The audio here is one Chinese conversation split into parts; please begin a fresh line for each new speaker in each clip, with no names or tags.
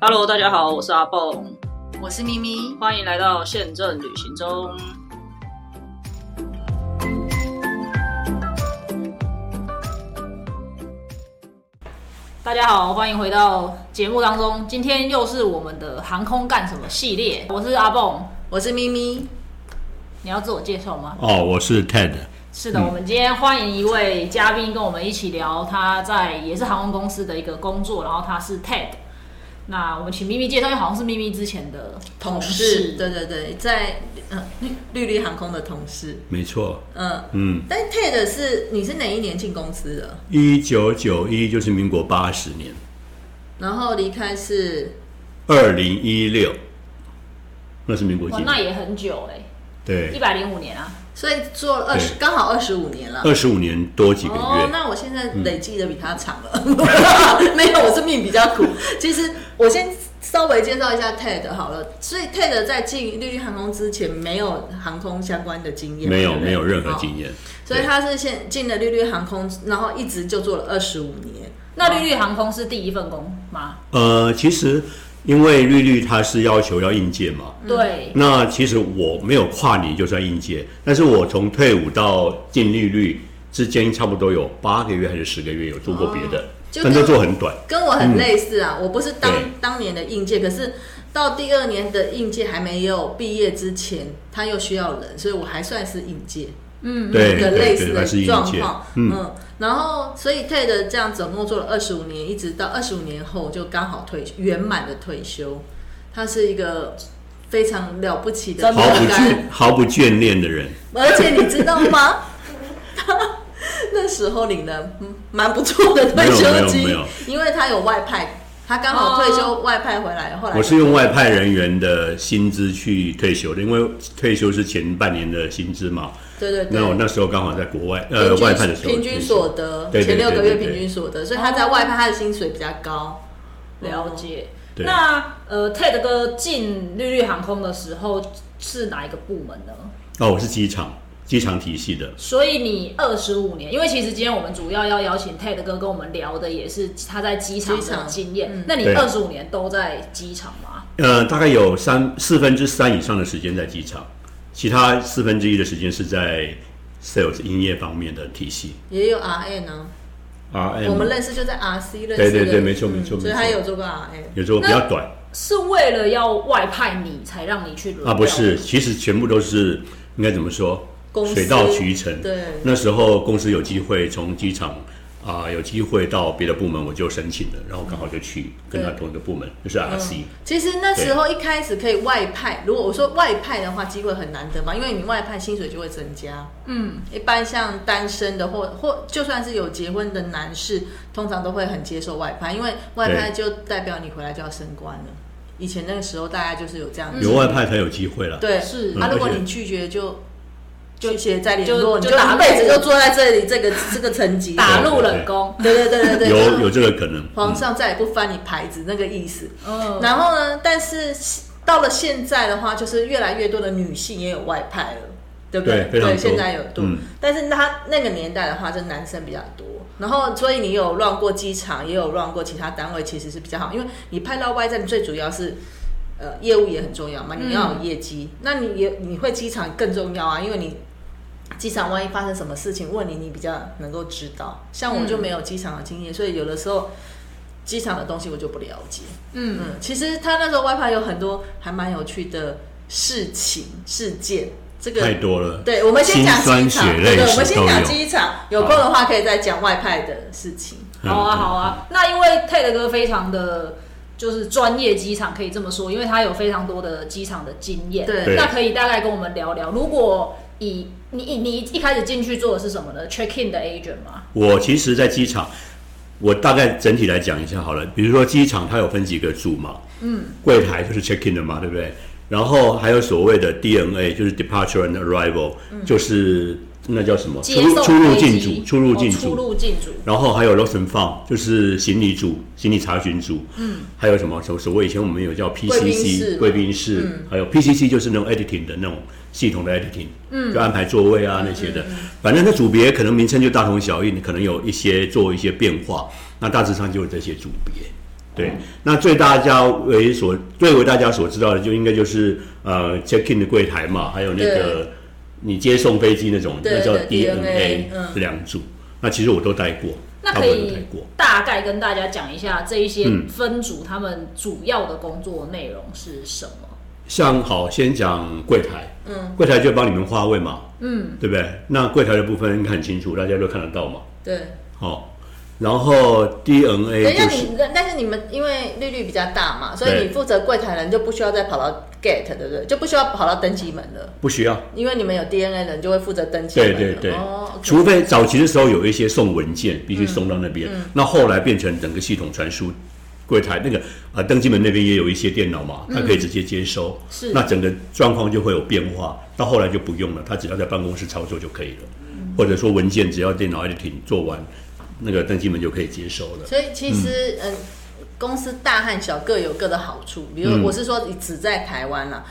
Hello，大家好，我是阿蹦，
我是咪咪，
欢迎来到宪政旅行中。大家好，欢迎回到节目当中。今天又是我们的航空干什么系列，我是阿蹦。
我是咪咪。
你要自我介绍吗？
哦，我是 Ted，
是的，我们今天欢迎一位嘉宾跟我们一起聊他在也是航空公司的一个工作，然后他是 TED。那我们请咪咪介绍，因为好像是咪咪之前的
同事，对对对，在嗯绿绿绿航空的同事，
没错，
嗯，
嗯，
但 Ted 是你是哪一年进公司的？
一九九一就是民国八十年，
然后离开是
二零一六，那是民国
哇，
几
哦那
年？
也很久哎、一
对，
百零五年啊，
所以做了二十，
对
刚好二十五年了。
二十五年多几个月。嗯
哦，那我现在累积的比他长了， 没有，我是命比较苦。其实我先稍微介绍一下 TED 好了，所以 TED 在进绿绿航空之前没有航空相关的经验，
没有
对不对哦
没有任何
好
经验，
所以他是先进了绿绿航空，然后一直就做了二十五年。
那
哦
绿绿航空是第一份工吗？
呃，其实因为绿绿它是要求要应届嘛，
对，
那其实我没有跨年就算应届，但是我从退伍到进绿绿之间差不多有八个月还是十个月有做过别的，
哦就
但都
跟
做很短。
跟我很类似啊，我不是当
对
当年的应届，可是到第二年的应届还没有毕业之前，他又需要人，所以我还算是应届
嗯，
对
的类
对
似
对，还
的
是应
状
届
况，。
嗯，
嗯，然后所以 TED 这样总共做了二十五年，一直到二十五年后就刚好退圆满的退休，他是一个非常了不起的
真的
毫不
勇敢
眷毫不眷恋的人。
而且你知道吗？ 他那时候领的嗯蛮不错的退休金
没有没有没有，
因为他有外派，他刚好退休外派回来，后来
哦我是用外派人员的薪资去退休的，因为退休是前半年的薪资嘛。
对对对，
那我那时候刚好在国外呃
平均
外派的时候，
平均所得
对
前
对对
六个
对
月
对
平均所得，所以他在外派他的薪水比较高。
了解。
嗯对
那呃，Ted 哥进绿绿航空的时候是哪一个部门呢？
哦，我是机场机场体系的，
所以你二十五年，因为其实今天我们主要要邀请 Ted 哥跟我们聊的也是他在机场
机
的
场
经验。
嗯
那你
对
二十五年都在机场吗？
呃，大概有三四分之三以上的时间在机场，其他四分之一的时间是在 sales 营业方面的体系。
也有 RN 呢、
R
啊，
M
我们认识就在 RC 认识的，嗯
对对对没错没错没
所
错
以他有做过 RN，
有时候比较短
是为了要外派你才让你去轮
啊，不是，
调
其实全部都是应该怎么说
公，司
水到渠成。
对，
那时候公司有机会从机场啊、有机会到别的部门，我就申请了，然后刚好就去跟他
对
同一个部门，
嗯
就是 RC、
其实那时候一开始可以外派，如果我说外派的话，机会很难得嘛，因为你外派薪水就会增加。
嗯，
一般像单身的或或就算是有结婚的男士，通常都会很接受外派，因为外派就代表你回来就要升官了。以前那个时候大家就是有这样子，
有外派才有机会了。
嗯对
是
啊，
嗯
如果
而且
你拒绝就就写再联络，
就
你
就
就
打
一辈子就坐在这里这个这个层级，
打入冷宫。
对对对对对，就
有
是
有这个可能。
皇上再也不翻你牌子那个意思。
嗯，
然后呢，但是到了现在的话，就是越来越多的女性也有外派了，对不对？
对非常多
现在有多，
嗯
但是他那个年代的话，就男生比较多。然后，所以你有乱过机场，也有乱过其他单位，其实是比较好，因为你派到外站，最主要是。呃，业务也很重要嘛，你要有业绩，那你也你会机场更重要啊，因为你机场万一发生什么事情，问你你比较能够知道。像我就没有机场的经验，所以有的时候机场的东西我就不了解。
嗯
嗯，其实他那时候 WiFi 有很多还蛮有趣的事情事件，这
嗯太
个
多了。
对，我们先讲机
辛酸
场，对
血泪
对，
史
我们先
都
讲
有
机场，有空的话可以再讲外派的事情。
嗯
好啊，好啊。那因为 Ted 哥非常的就是专业机场，可以这么说，因为他有非常多的机场的经验。
对
那可以大概跟我们聊聊，如果以你你你一开始进去做的是什么呢？check in 的 agent 吗？
我其实，在机场，我大概整体来讲一下好了。比如说，机场它有分几个组嘛，嗯，柜台就是 check in 的嘛，对不对？然后还有所谓的 DNA，就是 departure and arrival，、就是那叫什么
嗯接
出
送
出入
飞
境
机
组，出入境
哦出
组，
入境组。
然后还有 lost and found，就是行李组、行李查询组，嗯，还有什么所所谓以前我们有叫
贵宾室
PCC 贵宾室，嗯还有 PCC 就是那种 editing 的那种系统的 editing，嗯，就安排座位啊那些的，反正它组别可能名称就大同小异，可能有一些做一些变化，那大致上就是这些组别，对，那最大家为所最为大家所知道的，就应该就是呃 check in 的柜台嘛，还有那
对
个你接送飞机那种，
对
那叫
对
DNA
嗯
这两组。那其实我都带过，
那
大
可
部分都带
以
过。
大概跟大家讲一下这一些
嗯
分组他们主要的工作内容是什么？
嗯像好，先讲柜台，嗯，柜台就帮你们划位嘛，嗯，对不对？那柜台的部分应该很清楚，大家都看得到嘛，
对。
好、然后 DNA
等一下
哎就是
你，但是你们因为利率比较大嘛，所以
对
你负责柜台人就不需要再跑到 gate，对不对？就不需要跑到登机门了，
不需要，
因为你们有 DNA 人就会负责登机门了。
对对对，
哦，OK，嗯
除非早期的时候有一些送文件必须送到那边，那后来变成整个系统传输柜台那个呃登机门那边也有一些电脑嘛，
嗯
它可以直接接收，
是
那整个状况就会有变化，到后来就不用了，它只要在办公室操作就可以了，
嗯
或者说文件只要电脑 editing 做完，那个登机门就可以接收了。
所以其实嗯。公司大和小各有各的好处，比如
嗯
我是说只在台湾啦，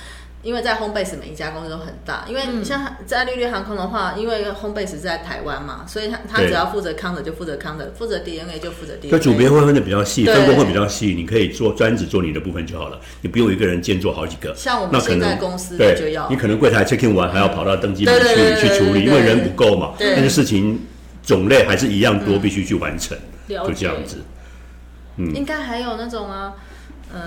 因为在 home base 每一家公司都很大，因为像在绿绿航空的话，因为 home base 是在台湾嘛，所以他他
对
只要负责康德就负责康德，负责 DNA 就负责 DNA。
就组别会分的比较细，
对
分工会比较细，你可以做专职做你的部分就好了，你不用一个人兼做好几个。
像我们
那可
现在
能
公司
对，
就要嗯
你可能柜台 check in 完还要跑到登机门
对对
去
对对
去处
对对
理，因为人不够嘛，
对嗯
但是事情种类还是一样多，必须去完成，
了
就这样
解
子。
应该还有那种啊，嗯，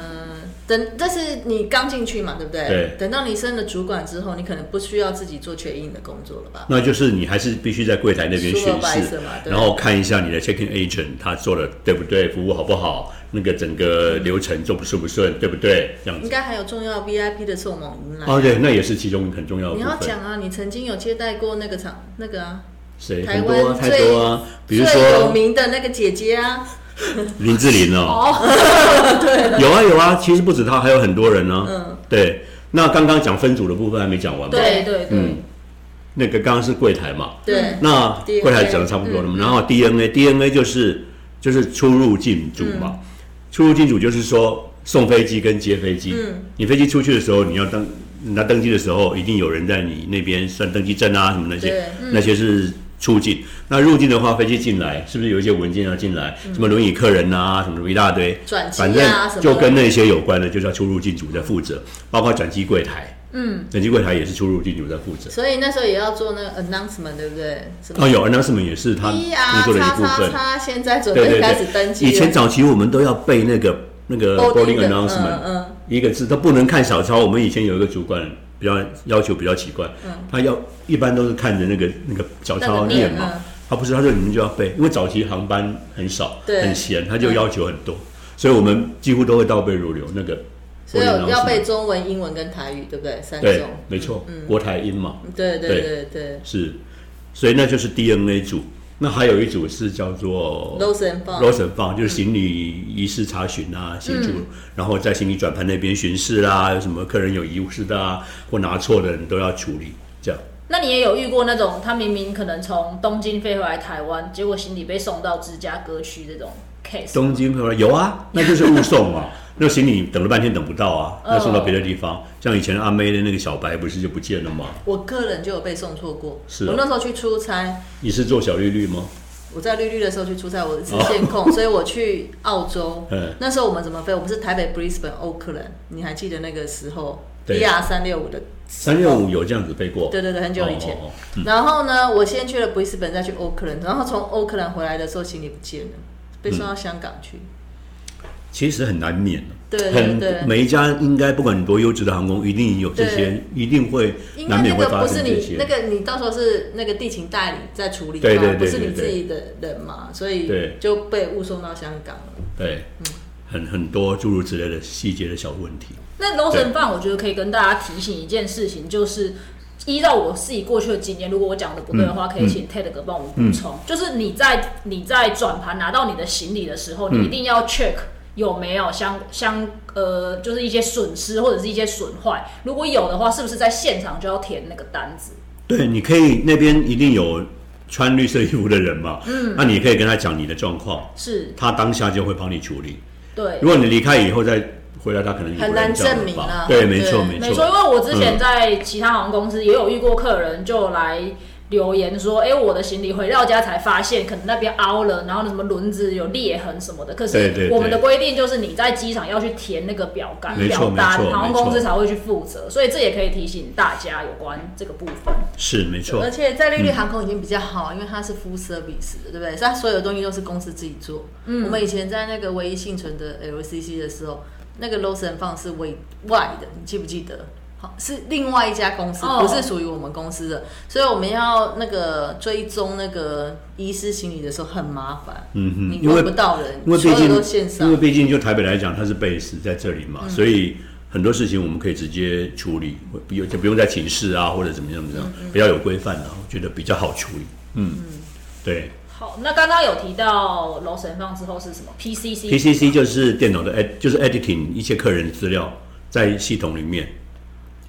等，但是你刚进去嘛，对不对？
对
等到你升了主管之后，你可能不需要自己做确印的工作了吧？
那就是你还是必须在柜台那边巡
Supervisor
视
嘛，对
然后看一下你的 check in agent 他做的对不对，服务好不好，那个整个流程做不顺不顺，对不对？这样
应
子。
该还有重要 VIP 的送往迎来。
哦，对，那也是其中很重要的
你
部
要
分。
讲啊，你曾经有接待过那个场那个啊，
谁
台
很多啊，
湾
太
最
多啊，比如
最有
说
名的那个姐姐啊，
林志玲哦，
哦，
有啊有啊，其实不止他，还有很多人呢、
嗯
对，那刚刚讲分组的部分还没讲完嘛？
对对对
嗯，那个刚刚是柜台嘛，
对，
那
DNA
柜台讲的差不多了嘛。然后 DNA DNA 就是就是出入境组
嗯
嘛，出入境组就是说送飞机跟接飞机。
嗯
你飞机出去的时候，你要登你拿登机的时候，一定有人在你那边算登机证啊什么那
对嗯
些，那些是。出境，那入境的话，飞机进来是不是有一些文件要进来？什么轮椅客人啊，什么什么一大堆，
嗯转机啊
反
什么
正就跟那些有关的，就是要出入境组在负责，包括转机柜台，嗯，转机柜台也是出入境组在负责。
所以那时候也要做那个 announcement，对不对？什么
哦，有 announcement 也是他工
E R
作的一
叉
部
叉
分。
叉，现在准
对
备
对
开始登
对，
记了。
以前早期我们都要背那个那个
Boarding
boarding
的
announcement，、
嗯嗯
一个字都不能看小抄。我们以前有一个主管比较要求比较奇怪，他要一般都是看着那个那个小
嗯那
抄
个
念
念
嘛，
嗯
他不知道说你们就要背，因为早期航班很少，
对嗯
很闲，他就要求很多，所以我们几乎都会倒背如流那个 boarding announcement。
所以有要背中文、英文跟台语，对不对？三种嗯
对，。没错，国台音嘛，
对对
对
对对。
是，所以那就是 DNA 组。那还有一组是叫做
Rose and Bond
Rosen 放就是行李仪式查询啊，协助，然后在行李转盘那边巡视啊，有什么客人有遗失的啊，或拿错的你都要处理，这样。
那你也有遇过那种他明明可能从东京飞回来台湾，结果行李被送到芝加哥区这种 case？
东京朋友有啊，那就是误送嘛。 那行李等了半天等不到啊，那送到
嗯
别的地方。像以前阿妹的那个小白不是就不见了吗？
我个人就有被送错过。
是啊
我那时候去出差，
你是做小绿绿吗？
我在绿绿的时候去出差，我是线 控，所以我去澳洲
哦嗯。
那时候我们怎么飞？我们是台北、Brisbane、欧克兰，你还记得那个时候
对
ER 三六五的？
三六五有这样子飞过？
对对对，很久以前。
哦哦哦
然后呢，我先去了 Brisbane，再去欧克兰，然后从欧克兰回来的时候行李不见了，被送到香港去。
其实很难免的
对对对
很每一家应该不管多优质的航空，一定有这些，一定会
因为
难免
那
会
个
发
不是
生这
你
些。
那个你到时候是那个地勤代理在处理嘛，
对对对
不是你
对对
自己的人嘛，所以
对
就被误送到香港了。
对，
嗯
很很多诸如此类的细节的小问题。
那 l o s o n 饭，我觉得可以跟大家提醒一件事情，就是依照我自己过去的经验，如果我讲的不对的话，
嗯
可以请 Ted 哥帮我们补充。就是你在你在转盘拿到你的行李的时候，
嗯
你一定要 check 有没有相相呃，就是一些损失或者是一些损坏，如果有的话，是不是在现场就要填那个单子？
对，你可以那边一定有穿绿色衣服的人嘛，嗯，那你可以跟他讲你的状况，
是
他当下就会帮你处理。
对
如。果你离开以后再回来，他可能
很难证明啊
啊。对，没错，
对
没
没错，嗯
错。
因为我之前在其他航空公司也有遇过客人，就来留言说，哎、我的行李回到家才发现，可能那边凹了，然后什么轮子有裂痕什么的。可
对对
是
对
我们的规定就是你在机场要去填那个表格
没错
表单
没，错
航空公
没
司
错
才会去负责，所以这也可以提醒大家有关这个部分。
是没错
而，且在绿绿航空已经比较好，因为它是 full service 的，对不对？所以它所有东西都是公司自己做。嗯，我们以前在那个唯一幸存的 LCC 的时候，那个 low 神放是委外的，你记不记得？好，是另外一家公司，
哦
不是属于我们公司的，所以我们要那个追踪那个医师行李的时候很麻烦。
嗯哼
你
因为
问不到人，
因为
所
毕
有都
竟
线，上嗯
因为。毕竟就台北来讲，它是 base 在这里嘛，所以很多事情我们可以直接处理，或不用就不用在寝室啊或者怎么样怎么样，
嗯
比较有规范啊，我觉得比较好处理。嗯，对
好，那刚刚有提到楼神放之后是什么？PCC
，PCC 就是电脑的 ed 就是 editing 一些客人资料在系统里面，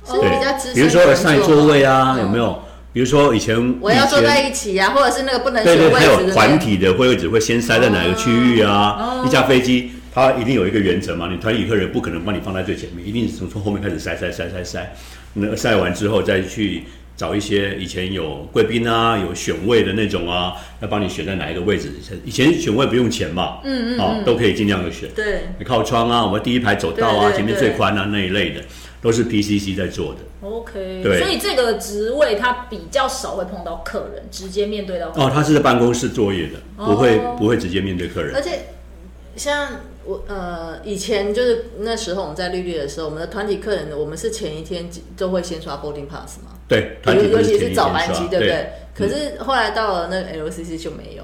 是哦比较资深的
比如说
工
assign
作
座位
嘛
啊，有
嗯
没有？比如说以前
我要坐
以前
在一起啊，或者是那个不能选
对
位置的
对，还
那
有
个
团体的会址会先塞在哪个区域啊？一架飞机它一定有一个原则嘛，你团体客人不可能帮你放在最前面，一定是从从后面开始塞塞塞塞塞，那塞完之后再去。找一些以前有贵宾啊，有选位的那种啊，要帮你选在哪一个位置。以前选位不用钱嘛，嗯嗯，啊，都可以尽量的选。
对。
靠窗啊，我们第一排走道啊，
对对
前面
对
最宽啊那一类的，都是 PCC 在做的。
OK，
对
所以这个职位它比较少会碰到客人，直接面对到客人。
哦，他是在办公室作业的，不会、不会直接面对客人
而。且像我呃，以前就是那时候我们在绿绿的时候，我们的团体客人，我们是前一天都会先刷 boarding pass 嘛，
对，团体
尤
都
尤其
是前
是
一天
早班
刷
机，对不对？可是后来到了那个 LCC 就没有，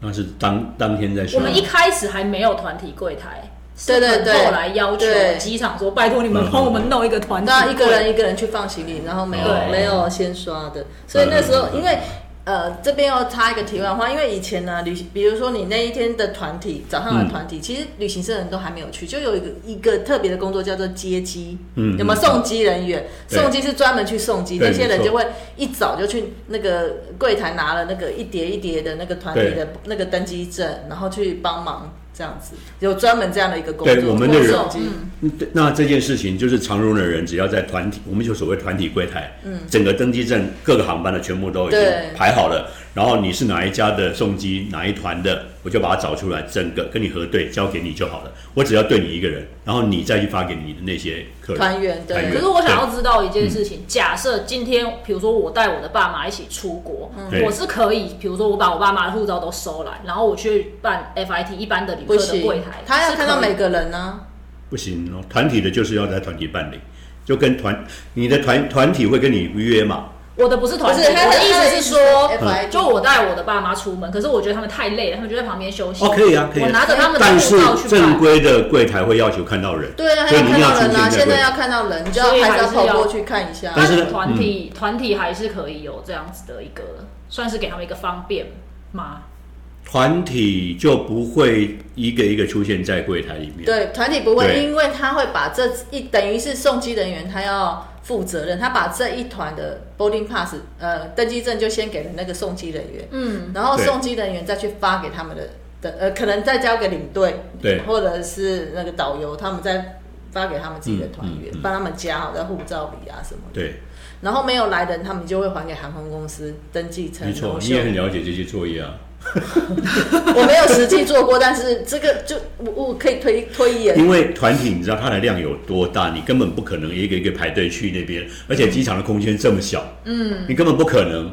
那是当当天再
我
说。
们一开始还没有团体柜台，是
啊对对对
很后来要求
对
机场说，拜托你们
嗯
帮我们弄一个团体柜，
那一个人一个人去放行李，然后没有
对
没有先刷的，所以那时候因为。呃，这边要插一个题外话，因为以前呢、旅，比如说你那一天的团体，早上的团
嗯
体，其实旅行社人都还没有去，就有一个一个特别的工作叫做接机，
嗯
有没有送机人员？
对
送机是专门去送机，
对
那些人
没错
就会一早就去那个柜台拿了那个一叠一叠的那个团体
对
的那个登机证，然后去帮忙这样子，有专门这样的一个工作。
对我们的人
送机
嗯对那这件事情就是常荣的人，只要在团体，我们就所谓团体柜台，嗯，整个登机证各个航班的全部都已经
对
排好了，然后你是哪一家的送机，哪一团的，我就把它找出来，整个跟你核对，交给你就好了。我只要对你一个人，然后你再去发给你的那些客人。
团员，
团
对
员
可是我想要知道一件事情，假设今天，比如说我带我的爸妈一起出国，
嗯
对
我是可以，比如说我把我爸妈的护照都收来，然后我去办 FIT 一般的旅
不
客的
行
柜台，，
他要
是
看到
可以
每个人啊呢、
不行哦，团体的就是要在团体办理，就跟团你的团团体会跟你约嘛，
我的不是团体，
不是他
我的意
他的意
思是
思是
说，嗯
FIT
就我带我的爸妈出门，可是我觉得他们太累了，他们就在旁边休息。
哦可以啊可以啊
我拿着他们的
但
护
是
照去
正
办。
规的柜台会要求看到人，
对啊，
所以
要
你一
看
定要
到
出
人
现
啊，
在
现
柜
在
台。
要看到人，你就要
所以
还
还
是要
是
跑
要
过去看一下。
但是呢嗯
团体团体还是可以有这样子的一个，算是给他们一个方便吗？
团体就不会一个一个出现在柜台里面。
对，团体不会，
对
因为他会把这一等于是送机人员，他要负责任，他把这一团的 boarding pass 呃登机证就先给了那个送机人员，
嗯，
然后
对
送机人员再去发给他们的的呃，可能再交给领队，
对
或者是那个导游，他们再发给他们自己的团员
嗯嗯，嗯
帮、他们加好在护照里啊什么的。
对，
然后没有来的人，他们就会还给航空公司登记成
没错，
荣
你
休
也很了解这些作业啊。
我没有实际做过，但是这个就我我可以推推演。
因为团体你知道它的量有多大，你根本不可能一个一个排队去那边，而且机场的空间这么小，嗯，你根本不可能。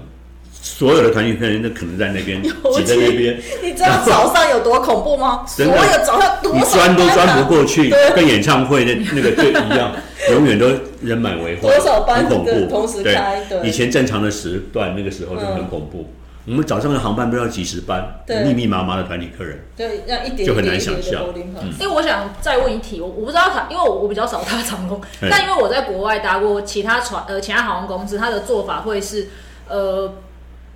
所有的团体客人都可能在那边挤在那边，
你知道早上有多恐怖吗？所
真的
有早上多
你
少
钻都
班啊
钻不过去
对，
跟演唱会那那个队一 样，永远都人满为患，
多少班
很恐
对
怖。
同时开对嗯
以前正常的时段，那个时候就很恐怖。我们早上的航班不知道几十班
对，
密密麻麻的团体客人，
对，让一点
就很难想象嗯
因为我想再问一题，我我不知道他，因为我我比较少搭长 空，
嗯
但因为我在国外搭过其他船呃其他航空公司，它的做法会是呃，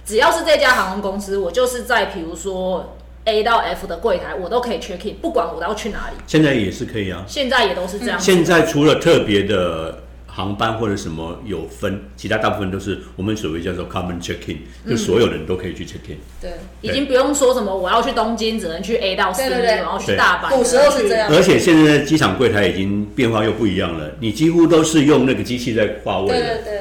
只要是这家航空公司，我就是在比如说 A 到 F 的柜台，我都可以 check in，不管我要去哪里，
现在也是可以啊。
现在也都是这样子。
现在除了特别的航班或者什么有分，其他大部分都是我们所谓叫做 common check in，就
嗯
所有人都可以去 check in。
对，
已经不用说什么我要去东京，只能去 A 到 C，
对对对
然后去大阪。
古时候是这样
而且现在的机场柜台已经变化又不一样了，你几乎都是用那个机器在划位
对
了
对。对，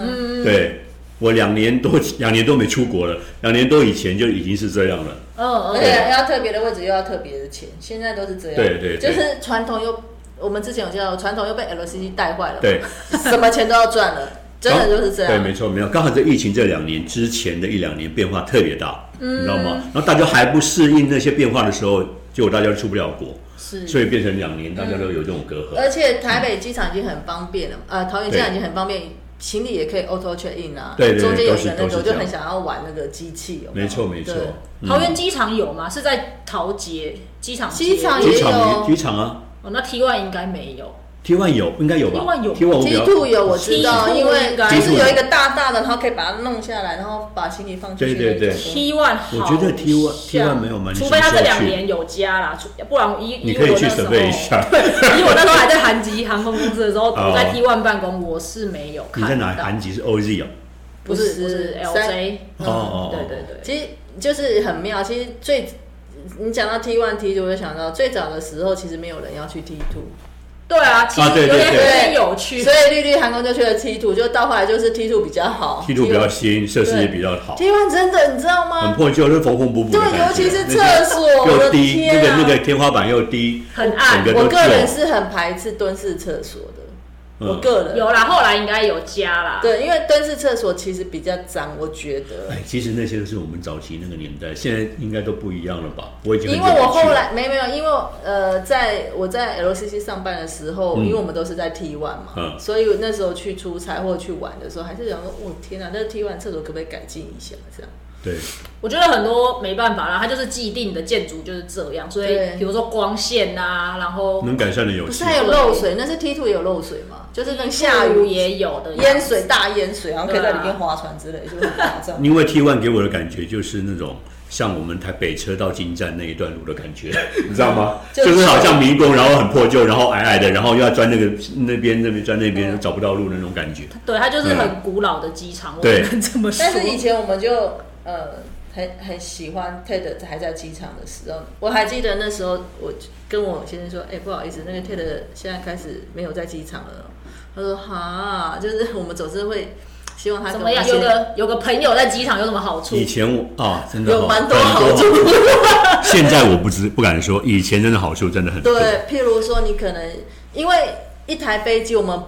嗯，
对，我两年多 两年多没出国了，两年多以前就已经是这样了。
嗯
而
嗯，
且要特别的位置又要特别的钱，现在都是这样。
对对对
就是传统又，我们之前有叫传统又被 LCC 带坏了，，
对，
什么钱都要赚了，真的就是这样。
对，没错，没有。刚好在疫情这两年之前的一两年变化特别大，你知道吗？然后大家还不适应那些变化的时候，结果大家都出不了国，
是
所以变成两年大家都有这种隔阂。
而且台北机场已经很方便了，呃，桃园机场已经很方便，行李也可以 auto check in 啊。
对对对
中间有一
都是
个那
都是
个，我就
这样
很想要玩那个机器，有有
没错没错
对
桃园机场有吗？是在桃捷机场街？
机场也
机场
有
机场啊
哦，那 T one 应该没有。
，T one 有应该有吧
T1 有
T one 哦我比
鸡
较
兔有我知道，
鸡兔
因为
应该
就是有一个大大的，然后可以把它弄下来，然后把行李放出去。
对对对
T one 好
我觉得 T1 T1 没有蛮
除非他
新
这
鲜
两
去
年有加啦，除不然我以
你
以
可
我
以
那
去
时候
准备一下。
以我那时候还在韩籍航空公司的时候，
哦
我在 T one 办公，我是没有看
你
到。
在 哪？韩籍是 OZ 哦。
不是
不
不是
是
LJ，
嗯
哦哦，
对对
哦
对，
其实就是很妙。其实最你讲到 T one T two，我就想到最早的时候，其实没有人要去 T two，
对啊，其实有
对对
点有
对
点有趣
所。以绿绿航空就去了 T two，就到后来就是 T two 比较好
，T two 比较新，设施也比较好，
T one 真的你知道
很
吗？
破旧，就是缝缝补补的
对
感，觉。
尤其是
那
厕所，我
又
的
低，那
天
个
啊！
那个天花板又低，
很暗
整个
我
都旧
个。人是很排斥蹲式厕所的，我个人
有啦，后来应该有加啦。
对，因为蹲式厕所其实比较脏，我觉得。
哎，其实那些都是我们早期那个年代，现在应该都不一样了吧？我已经很
因
久
为我
没去
后
了
来没有没有，因为呃，在我在 LCC 上班的时候，
嗯
因为我们都是在 T one 嘛，
嗯
所以那时候去出差或者去玩的时候，还是想说，我、天哪，那 T one 厕所可不可以改进一下？这样
对，
我觉得很多没办法啦，它就是既定的建筑就是这样，所以
对
比如说光线呐、然后
能改善的有
不
限
是还有漏水？那是 T two 也有漏水嘛？就是那个下
路
雨
也有的
淹水大淹水，然后可以在里
对
面
啊
划船之类，就很夸张。
因为 T one 给我的感觉就是那种像我们台北车到金站那一段路的感觉，你知道 吗？
就
就是好像迷宫，然后很破旧，然后矮矮的，然后又要钻那个那边那边钻那边，找不到路的那种感觉。
对，它就是
嗯
很古老的机场，我
对
只能这么说
但。是以前我们就呃很很喜欢 TED 还在机场的时候，我还记得那时候我跟我先生说，哎、不好意思，那个 TED 现在开始没有在机场了。他说哈，就是我们总是会希望他
怎
跟我们
么样？
一
有
起
个有个朋友在机场有什么好处？
以前我啊，真的
有
哦
蛮多
很
好处。
现在我不知不敢说，以前真的好处真的很多。
对，譬如说你可能因为一台飞机，我们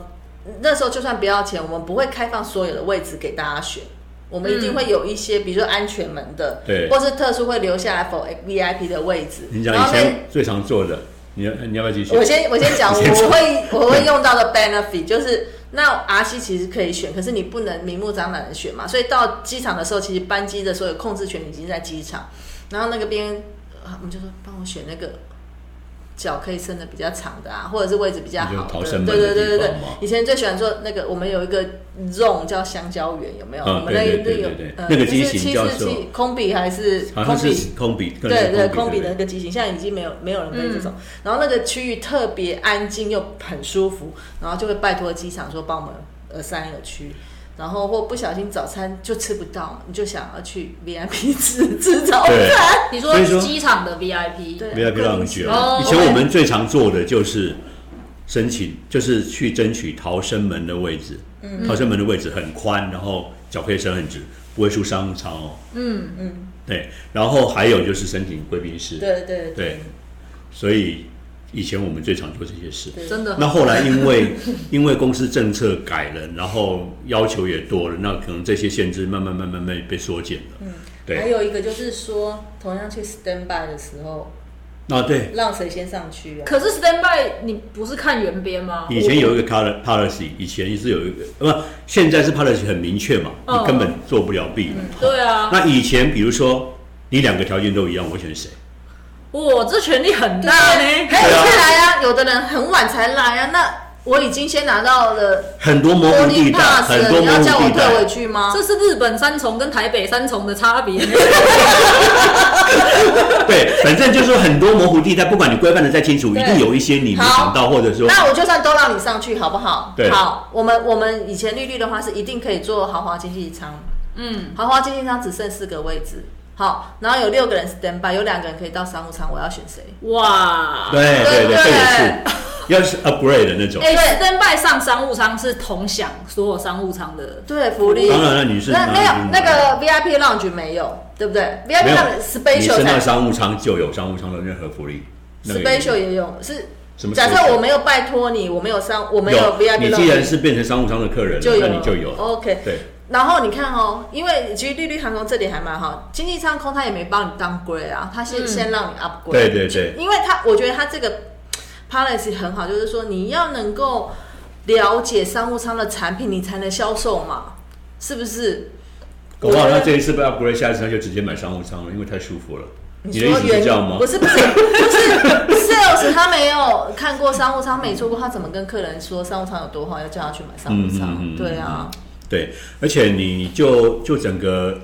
那时候就算不要钱，我们不会开放所有的位置给大家选。我们一定会有一些，比如说安全门的，
嗯对
或是特殊会留下来否 VIP 的位置。
你讲
然
以
后那
前最常做的，你要你要不要继续？
我先我先讲，
你先说
我会我会用到的 benefit 就是，那 RC 其实可以选，可是你不能明目张胆的选嘛，所以到机场的时候，其实班机的所有控制权已经在机场，然后那个边呃我们就说帮我选那个。脚可以伸的比较长的啊，或者是位置比较
你就
好
逃
的，
生门
对对对对
的地
对
方嘛。
以前最喜欢做那个，我们有一个 zone 叫香蕉园，有没有？
嗯
我们那
对对
那
对
个
对对
呃
那个机
就是
型
七
叫
四
做
七空比还是
好
空
像
比
是空比，更
对对，
是
空
空
比
比
的那
对嗯不
个
对
机型，现在已经没有没有人飞这种。然后那个区域特别安静又很舒服，然后就会拜托机场说帮我们呃三个区。然后或不小心早餐就吃不到，你就想要去 VIP 吃吃早餐。
对。
你说
所以说
机场的 VIP，
对
没有 p 浪爵。
哦
以前我们最常做的就是申请，就是去争取逃生门的位置。
嗯
逃生门的位置很宽，然后脚可以伸很直，不会出商舱哦。
嗯嗯，
对，然后还有就是申请贵宾室。
对对
对，所以以前我们最常做这些事。
对
真的
那后来因为 因为公司政策改了，然后要求也多了，那可能这些限制慢慢慢慢慢慢被缩减了。
嗯还
对，
有一个就是说，同样去 stand by 的时候，
啊对，
让谁先上去啊？
可是 stand by 你不是看原边吗？
以前有一个 color policy，以前是有一个，不，现在是 policy 很明确嘛，
嗯
你根本做不了避免。
嗯
对啊，
那以前比如说你两个条件都一样，我选谁？
哇，这权力很
那
大
还有
呢。
再来啊，有的人很晚才来啊，那我已经先拿到了
很多模糊
boarding
地带，
pass
很
了，
多
你
模
要
糊
叫我
地
退回
带。
去吗？
这是日本三重跟台北三重的差别呢，
对，反正就是很多模糊地带，不管你规范的再清楚，一
对
定有一些你没想到，或者说
那我就算都让你上去，好不好？
对
好，我们我们以前绿绿的话是一定可以做豪华经济舱，
嗯，
豪华经济舱只剩四个位置，好，然后有六个人 stand by，有两个人可以到商务舱，我要选谁？
哇，
对
对
对对，
不
这也是。要是 upgrade 的那种。
哎、s t a n d by 上商务舱是同享所有商务舱的，
对，福利。
当然了，女生
那没有
当然
那个 VIP lounge 没有，对不对
没
？VIP
有
lounge
你
special
升到
才
商务舱就有商务舱的任何福利。那个也
special 也有，是
什么
假设
special？
我没有拜托你，我没有商，我没有
你
VIP
既然
lounge
是变成商务舱的客人了，
就有
那
了，哦
你就有了。
OK，
对，
然后你看哦，因为其实利率航空这点还蛮好，经济舱空它也没帮你当 grade 啊，它先、先让你 upgrade。
对对对，
因为它我觉得它这个 policy 很好，就是说你要能够了解商务舱的产品，你才能销售嘛，是不是？
搞不好他这一次被 upgrade，下一次他就直接买商务舱了，因为太舒服了。你的意
说
思是
原
这样吗
不？是不是，就是 sales 他没有看过商务舱，没做过，他怎么跟客人说商务舱有多好，要叫他去买商务舱？
嗯嗯嗯嗯
对啊，
对，而且你就就整个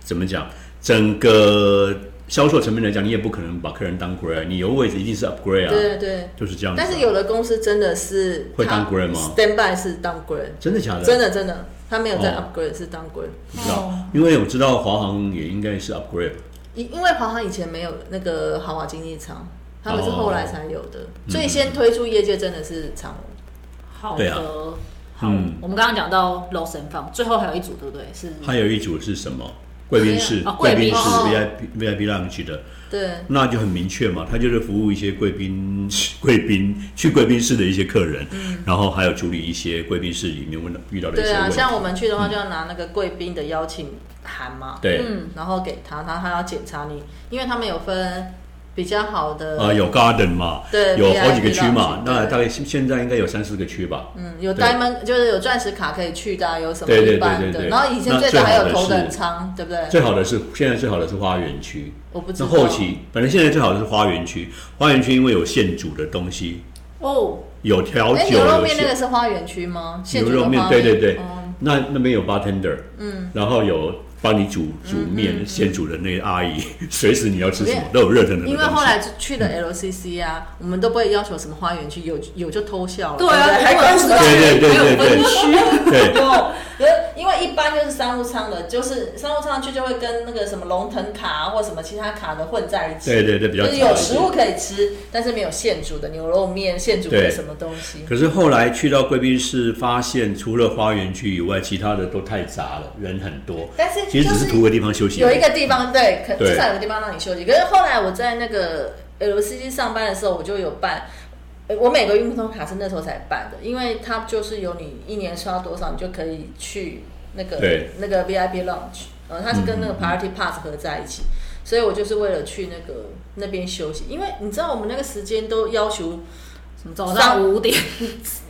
怎么讲，整个销售层面来讲，你也不可能把客人当 grade，你有位置一定是 upgrade 啊，
对对。
就是这样子啊。
但是有的公司真的是
会当 grade 吗
？Standby 是当 grade，
真的假的？
真的真的，他没有在
哦
upgrade，、是当 grade。
不知道，因为我知道华航也应该是 upgrade，
因因为华航以前没有那个豪华经济舱，他们是后来才有的，
哦
所以先推出业界真的是长荣。
好
对
的。
啊
呃好，
嗯
我们刚刚讲到 low 神放，最后还有一组，对不对？是
还有一组是什么？贵宾
哎
室
哦，
贵宾室
贵宾室
VIP VIP lounge 的，
对，
那就很明确嘛，他就是服务一些贵宾 贵宾去贵宾室的一些客人，然后还有处理一些贵宾室里面问到遇到的一
嗯对
些
啊，
问题。
像我们去的话，就要拿那个贵宾的邀请函嘛，
对
嗯，然后给他，然后他要检查你，因为他们有分比较好的，
啊、有 garden 嘛，
对
有
VIP
好几个区嘛
lounge，，
那
对
大概现现在应该有三四个区吧。
嗯，有
对
diamond 就是有钻石卡可以去的啊，有什么
对对
一般
对对
的，
对
然后以前
那
最
最
早
好
还有
的
头
是
等舱，对不对？
最好的是现在最好的是花园区，
我不知
那
道
后期本来现在最好的是花园区，花园区因为有现煮的东西，
哦，
有调
哎，
酒，
牛肉
有
面那
现
个是花园区吗？现
牛
煮
肉
的
面
花，
对对对
哦，
那那边有 bartender，嗯，然后有帮你煮煮
嗯
面现煮的那个阿姨， 随时你要吃什么都有热腾腾的东西。
因为后来去了 LCC 啊，我们都不会要求什么花园区，有有就偷笑了，
对
不
啊我
还
也
跟
不知道
对对对对
还有分
对对
因为一般就是商务舱的，就是商务舱去就会跟那个什么龙腾卡啊或什么其他卡的混在一起，
对对对比较
就是
杂
有
一
食
点
物可以吃，但是没有现煮的牛肉面、现煮
对
的什么东西。
可是后来去到贵宾室，发现除了花园区以外，其他的都太杂了，人很多。
但是
其实只
就是
图个地方休息
有
而已。
一个地方对，可
对
至少有个地方让你休息。可是后来我在那个呃 LCG 上班的时候，我就有办，呃我每个运通卡是那时候才办的，因为它就是有你一年刷多少，你就可以去那个
对嗯
那个 VIP lounge，呃，它是跟那个 Priority Pass 合在一起。所以我就是为了去那个那边休息，因为你知道我们那个时间都要求，
什么早上五点？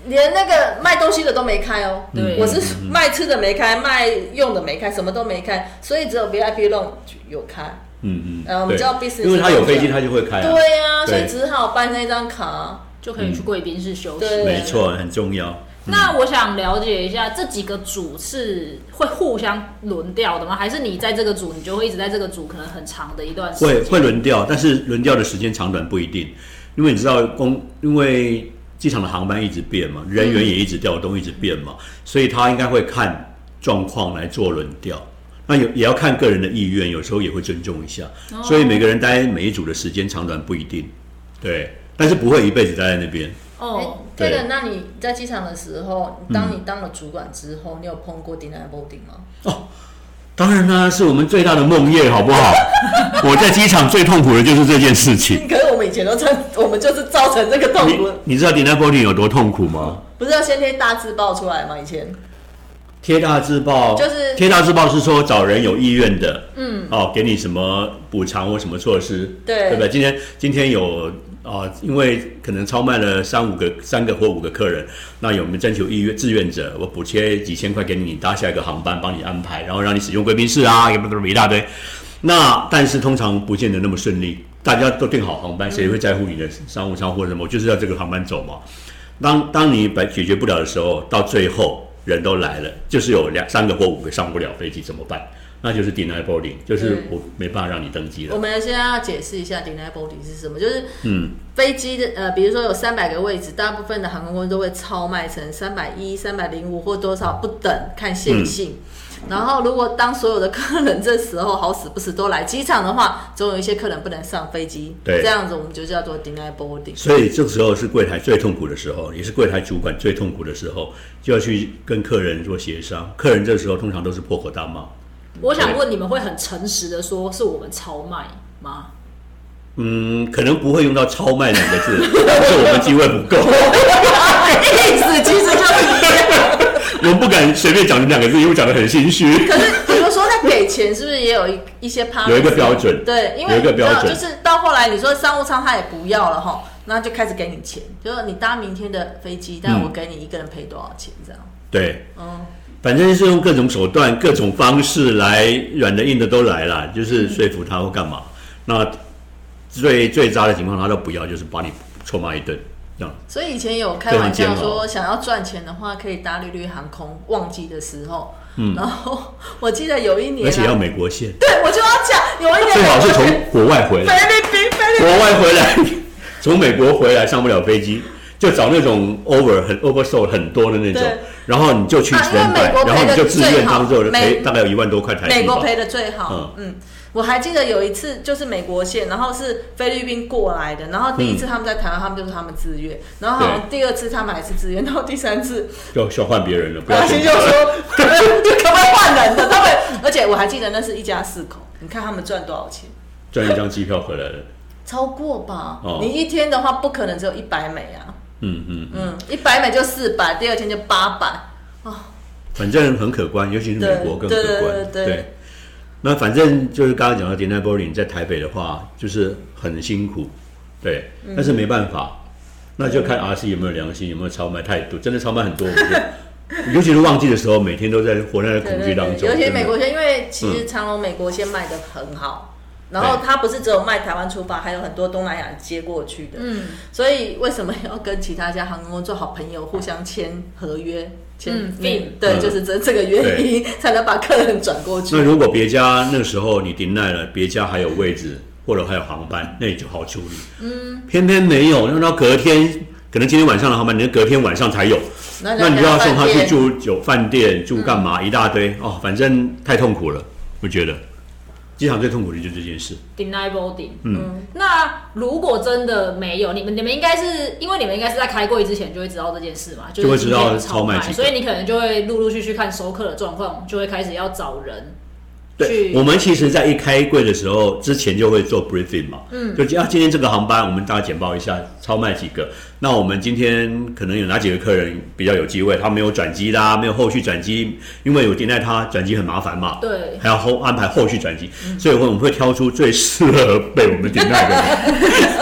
连那个卖东西的都没开哦。
嗯
对
我是卖吃的没开，卖用的没开，什么都没开，所以只有 VIP lounge 有开。
嗯嗯，
呃我们
对
叫 business
因为他有飞机，
lounge
他就会开、
对
啊。
呀、所以
对
只好办那张卡。
就可以去贵宾室休息。
对
没错，很重要。
那我想了解一下，这几个组是会互相轮调的吗？还是你在这个组，你就会一直在这个组，可能很长的一段时
会
间？
会轮调，但是轮调的时间长短不一定，因为你知道公，因为机场的航班一直变嘛，人员也一直调动，一直变嘛，所以他应该会看状况来做轮调。那有也要看个人的意愿，有时候也会尊重一下，所以每个人待每一组的时间长短不一定，对，但是不会一辈子待在那边。
哦，
对
对
了，哎那你在机场的时候，当你当了主管之后，你有碰过 denial boarding 吗？
当然啦、是我们最大的梦魇，好不好？ 我在机场最痛苦的就是这件事情。
可是我们以前都这，我们就是造成这个痛苦，
你你知道 d i n a b o d i n 有多痛苦吗？
不是要先贴大字报出来吗？以前
贴大字报
就是
贴大字报是说找人有意愿的，嗯，哦，给你什么补偿或什么措施，
对
对不对？今天今天有啊、呃因为可能超卖了三五个、三个或五个客人，那有没有征求意愿志愿者？我补贴几千块给你，你搭下一个航班帮你安排，然后让你使用贵宾室啊，也不不不一大堆。那但是通常不见得那么顺利，大家都订好航班，谁会在乎你的商务舱或什么？我就是要这个航班走嘛。当当你把解决不了的时候，到最后人都来了，就是有两三个或五个上不了飞机，怎么办？那就是 deny boarding，就是
对
我没办法让你登机
我
了。
们现在要解释一下 denial boarding 是什么，就是
嗯，
飞机的呃，比如说有三百个位置，大部分的航空公司都会超卖成三百一、三百零五或多少不等，看线性。
嗯
然后，如果当所有的客人这时候好死不死都来机场的话，总有一些客人不能上飞机，
对
这样子我们就叫做 deny boarding。
所以这个时候是柜台最痛苦的时候，也是柜台主管最痛苦的时候，就要去跟客人做协商。客人这时候通常都是破口大骂，
我想问你们会很诚实的说，是我们超卖吗？
嗯，可能不会用到“超卖”两个字，但是我们机会不够，
意思其实就是，
我们不敢随便讲这两个字，因为讲的很心虚。
可是比如说在给钱，是不是也有一一些趴？
有一个标准
对，因为
有一个
你知道
标准
就是到后来你说商务舱他也不要了哈，那就开始给你钱，就是你搭明天的飞机，但我给你一个人赔多少钱这样。
对，
嗯，
反正是用各种手段、各种方式来软的、硬的都来啦，
嗯
就是说服他或干嘛。那最最渣的情况，他都不要，就是把你臭骂一顿，这样。
所以以前有开玩笑
非常煎熬
说，想要赚钱的话，可以搭绿绿航空旺季的时候。然后我记得有一年、啊，
嗯而且要美国线，
对我就要讲，有一年
最好是从
我去
国外回 来，
菲律宾，菲律宾
国外回来，从美国回来上不了飞机，就找那种 over 很 oversold 很多的那种
对，
然后你就去
啊
s
因为
t
美国赔
然后你
得
就自
最
愿
好
当做
美
赔大概有一万多块台币吧。
美国赔的最好。嗯我还记得有一次就是美国线，然后是菲律宾过来的，然后第一次他们在台湾，他们就是他们自愿，然后好像第二次他们还是自愿，然后第三次
就要换别人了，不要
阿星
选
啊就
择了。
说 可不可以换人的？他们，而且我还记得那是一家四口，你看他们赚多少钱。
赚一张机票回来了，
超过吧，
哦
你一天的话不可能只有一百美啊，
嗯嗯，
嗯，一百美就四百，第二天就八百，
反正很可观，尤其是美国更
对
可观。
对对对对
那反正就是刚刚讲到 d e n a b o r i n 在台北的话，就是很辛苦，对，
嗯
但是没办法，那就看 RC 有没有良心，有没有超卖态度，真的超卖很多，我们就 尤其是旺季的时候，每天都在活在恐惧当中。
尤其
真的嗯
美国线，因为其实长隆美国线卖的很好，然后它不是只有卖台湾出发，还有很多东南亚接过去的。嗯，所以为什么要跟其他家航空公司做好朋友，互相签合约？签
嗯
那
fin
对，
嗯
就是这这个原因 才能把客人转过
那
去。
如果别家那时候你顶耐了，别家还有位置或者还有航班，那你就好处理。嗯，偏偏没有，那到隔天，可能今天晚上的航班，你隔天晚上才有，
那
那你就要送他
饭
去
店
住酒饭店，住干嘛一大堆哦，反正太痛苦了，我觉得。机场最痛苦的就是这件事，
deny boarding。嗯，那如果真的没有，你们你们应该是因为你们应该是在开会之前就会知道这件事嘛，
就会
是
知道
今天超
超卖
卖，
几个
所以你可能就会陆陆续续看收客的状况，就会开始要找人。
对，
去
我们其实，在一开柜的时候，之前就会做 briefing 嘛，嗯，就啊，今天这个航班，我们大家简报一下，超卖几个。那我们今天可能有哪几个客人比较有机会，他没有转机啦，没有后续转机，因为有 d e 他转机很麻烦嘛，
对，
还要后安排后续转机，所以我们会挑出最适合被我们顶待的人，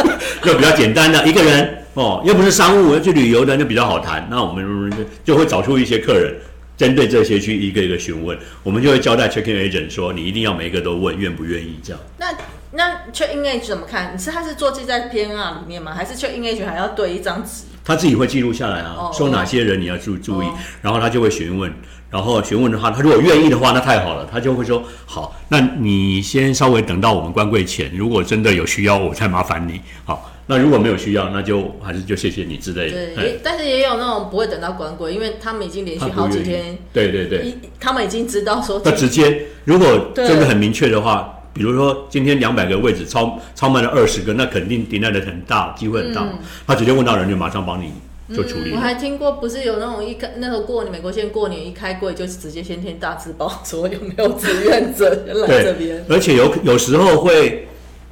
就比较简单的一个人哦，又不是商务，要去旅游的就比较好谈。那我们就会找出一些客人，针对这些去一个一个询问，我们就会交代 check-in agent 说，你一定要每一个都问愿不愿意这样。
那那 check in age 怎么看？你是他是坐记在 PNR 里面吗？还是 check in age 还要对一张纸？
他自己会记录下来啊
哦，
说哪些人你要注注意
哦，
然后他就会询问，然后询问的话，他如果愿意的话，那太好了，他就会说好，那你先稍微等到我们关柜前，如果真的有需要，我再麻烦你。好，那如果没有需要，那就还是就谢谢你之类的。
对，
哎
也但是也有那种不会等到关柜，因为他们已经连续
他
好
不
几
愿
天
意。对对对，
一他们已经知道说
那直接如果
对
真的很明确的话。比如说，今天两百个位置超超卖了二十个，那肯定 deny 的很大，机会很
嗯
大。他直接问到人就马上帮你做处理
我
了。
还听过，不是有那种一开那个过年美国线过年一开柜就直接先天大字报说有没有志愿者 来
对，
这边，
而且有有时候会，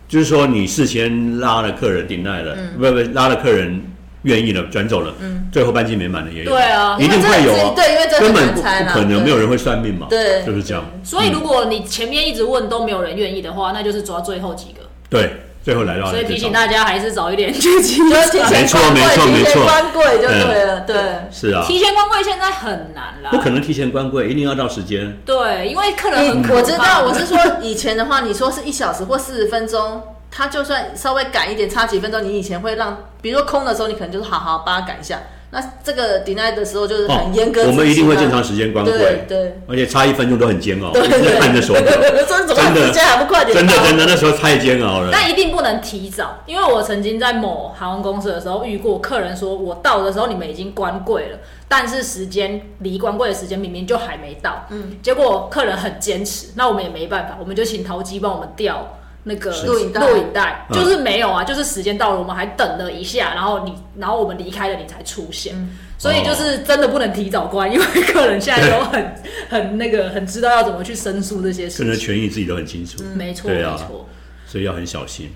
就是说你事先拉了客人顶耐了，
嗯
不不拉了客人愿意了转走了，最后班机没满的也有，
对啊
一定会有啊，
对，因为这
根
很
本
难
不不
猜啦，
可能
对
没有人会算命嘛，
对
就是这样，嗯
所以如果你前面一直问都没有人愿意的话，那就是抓最后几个。
对，最后来到
所以提醒大
家，
家还是早一点去机
就是
场
提
没
前
错
关柜，
没错
提
没
前
错
关柜就对了，对。
是啊，
提前关柜现在很难啦
不。可能嗯提前关柜，一定要到时间，
对，因为客人很
嗯
可怕
我知道，我是说以前的话，你说是一小时或四十分钟，他就算稍微赶一点，差几分钟，你以前会让，比如说空的时候，你可能就是好好帮他赶一下。那这个 deny 的时候就是很严格、
哦
啊
我们一定会正常时间关柜，
对对
而且差一分钟都很煎熬，
对
一直 在看 着手表，
这怎么时间还不快点到？
真的真的那时候太煎熬了，
但一定不能提早，因为我曾经在某航空公司的时候遇过客人说，我到的时候你们已经关柜了，但是时间离关柜的时间明明就还没到，嗯，结果客人很坚持，那我们也没办法，我们就请淘机帮我们调那个
录影带
录影带，
嗯
就是没有啊，就是时间到了，我们还等了一下，然后你，然后我们离开了，你才出现，
嗯
所以就是真的不能提早关，因为客人现在都很很那个很知道要怎么去申诉这些
个人
事
的
情，
权益自己都很清楚，
嗯
没错、
对啊
没错。
所以要很小心。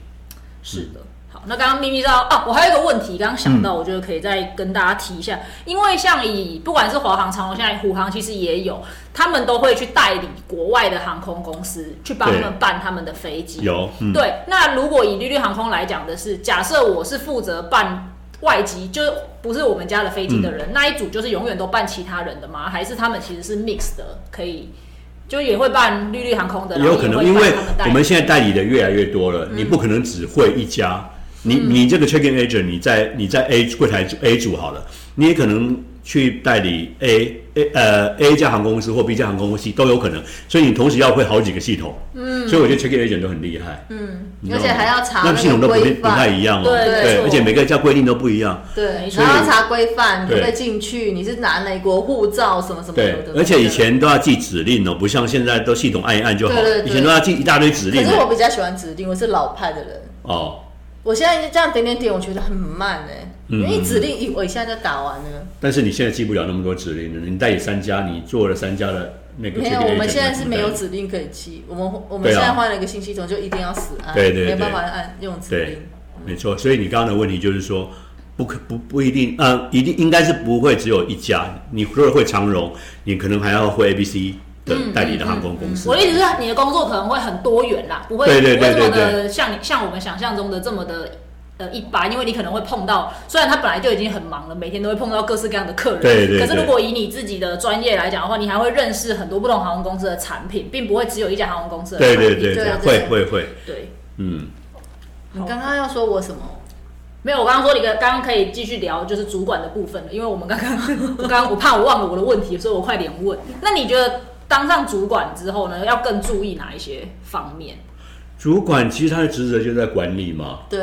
是
嗯
的。好，那刚刚咪咪知道啊，我还有一个问题，刚刚想到，我觉得可以再跟大家提一下，因为像以不管是华航、长龙，现在虎航其实也有，他们都会去代理国外的航空公司去帮他们
对
办他们的飞机。
有，嗯，
对，那如果以绿绿航空来讲的是，假设我是负责办外籍，就是不是我们家的飞机的
嗯
人，那一组就是永远都办其他人的吗？还是他们其实是 mix 的，可以就也会办绿绿航空的，
也有可能，
然后也
因
会办
为
他们代
我
理
们现在代理的越来越多了，
嗯
你不可能只会一家。你你这个 check in agent，你在你在 A 柜台组 A 组好了，你也可能去代理 A A 呃 A 家航空公司或 B 家航空公司都有可能，所以你同时要会好几个系统。嗯，所以我觉得 check in agent 都很厉害。
嗯
你，
而
知道
且
吗
还要查
那
个
系统都不
规
不太
范，
一样哦，
对
没错
而且每个家规定都不一样。
对，
所
然
以
后要查规范，你可不可以
对
进去？你是拿美国护照什么什么
对
的？，
而且以前都要记指令哦，不像现在都系统按一按就好
对
了，
对对
以前都要记一大堆指
可
令
是
哦
我比较喜欢指定，我是老派的人。
哦。
我现在这样点点点，我觉得很慢哎、
嗯
因为指令一我一下就打完了。
但是你现在记不了那么多指令了，你代理三家，你做了三家的那个
没
check-in
有，
agent，
我们现在是没有
对
指令可以记，我们我们
对啊
现在换了一个新系统，就一定要死按，
对对对
没办法按用指
对
令。，
没错。所以你刚刚的问题就是说，不可不不一定，呃，一定应该是不会只有一家。你如果会长荣，你可能还要会 ABC 的代理的航空
嗯
公司。
我的意思是，你的工作可能会很多元啦，不会
对对对
不会这么
对
的像你像我们想象中的这么的呃一般，因为你可能会碰到，虽然他本来就已经很忙了，每天都会碰到各式各样的客人，
对对对
可是如果以你自己的专业来讲的话，你还会认识很多不同航空公司的产品，并不会只有一家航空公司的
对
产品。
对对
对对
会会会，
对
嗯，
你刚刚要说我什么？
没有，我刚刚说你刚刚刚可以继续聊就是主管的部分了，因为我们刚刚我刚刚我怕我忘了我的问题，所以我快点问。那你觉得当上主管之后呢，要更注意哪一些方面？
主管其实他的职责就在管理嘛，
对，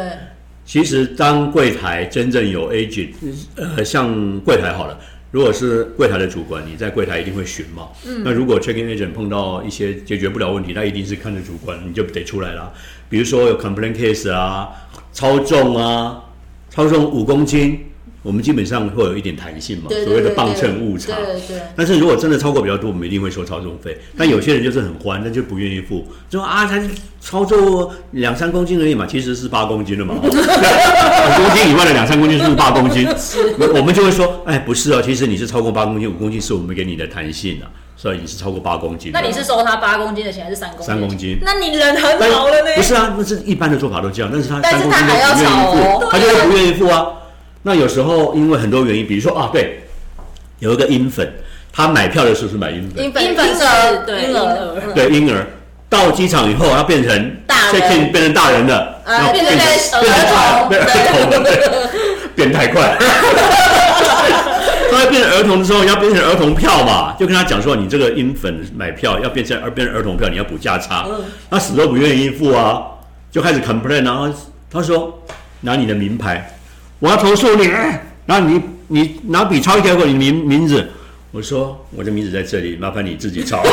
其实当柜台真正有 agent，呃，像柜台好了，如果是柜台的主管，你在柜台一定会巡嘛。嗯。那如果 check in agent 碰到一些解决不了问题，那一定是看着主管，你就得出来啦。比如说有 complaint case 啊，超重啊，超重五公斤，我们基本上会有一点弹性嘛，
对对
所谓的
对
磅
对
秤误差。
对对对
但是如果真的超过比较多，我们一定会收超重费。但有些人就是很欢，那就不愿意付，就说啊，才超重两三公斤而已嘛，其实是八公斤了嘛，五公斤以外的两三公斤是不是八公斤？我我们就会说，哎，不是哦，其实你是超过八公斤，五公斤是我们给你的弹性啊，所以你是超过八公斤的。
那你是收他八公斤的钱还是三公斤？
三公斤
那你人很
但
好了呢。
不是啊，那是一般的做法都这样，但是他
但
三
是
公
他
斤
还
都
要
不愿意
吵
付
哦，
他就是不愿意付啊。那有时候因为很多原因，比如说啊，对，有一个婴粉，他买票的时候是买婴粉，
英粉
英粉
婴
是
儿
对
婴
婴儿
儿，
对婴儿到机场以后，他变成
大人
check in 变成大人了，
呃
然后
变成
儿
变成大
童
变成儿童， 对，变太快。 他变成儿童的时候，要变成儿童票嘛，就跟他讲说，你这个婴粉买票要变成而变成儿童票，你要补价差，
嗯
他死都不愿意付啊，就开始 complain，然后他说拿你的名牌，我要投诉你，哎然后你你拿笔抄一条给我你名名字，我说我的名字在这里，麻烦你自己抄。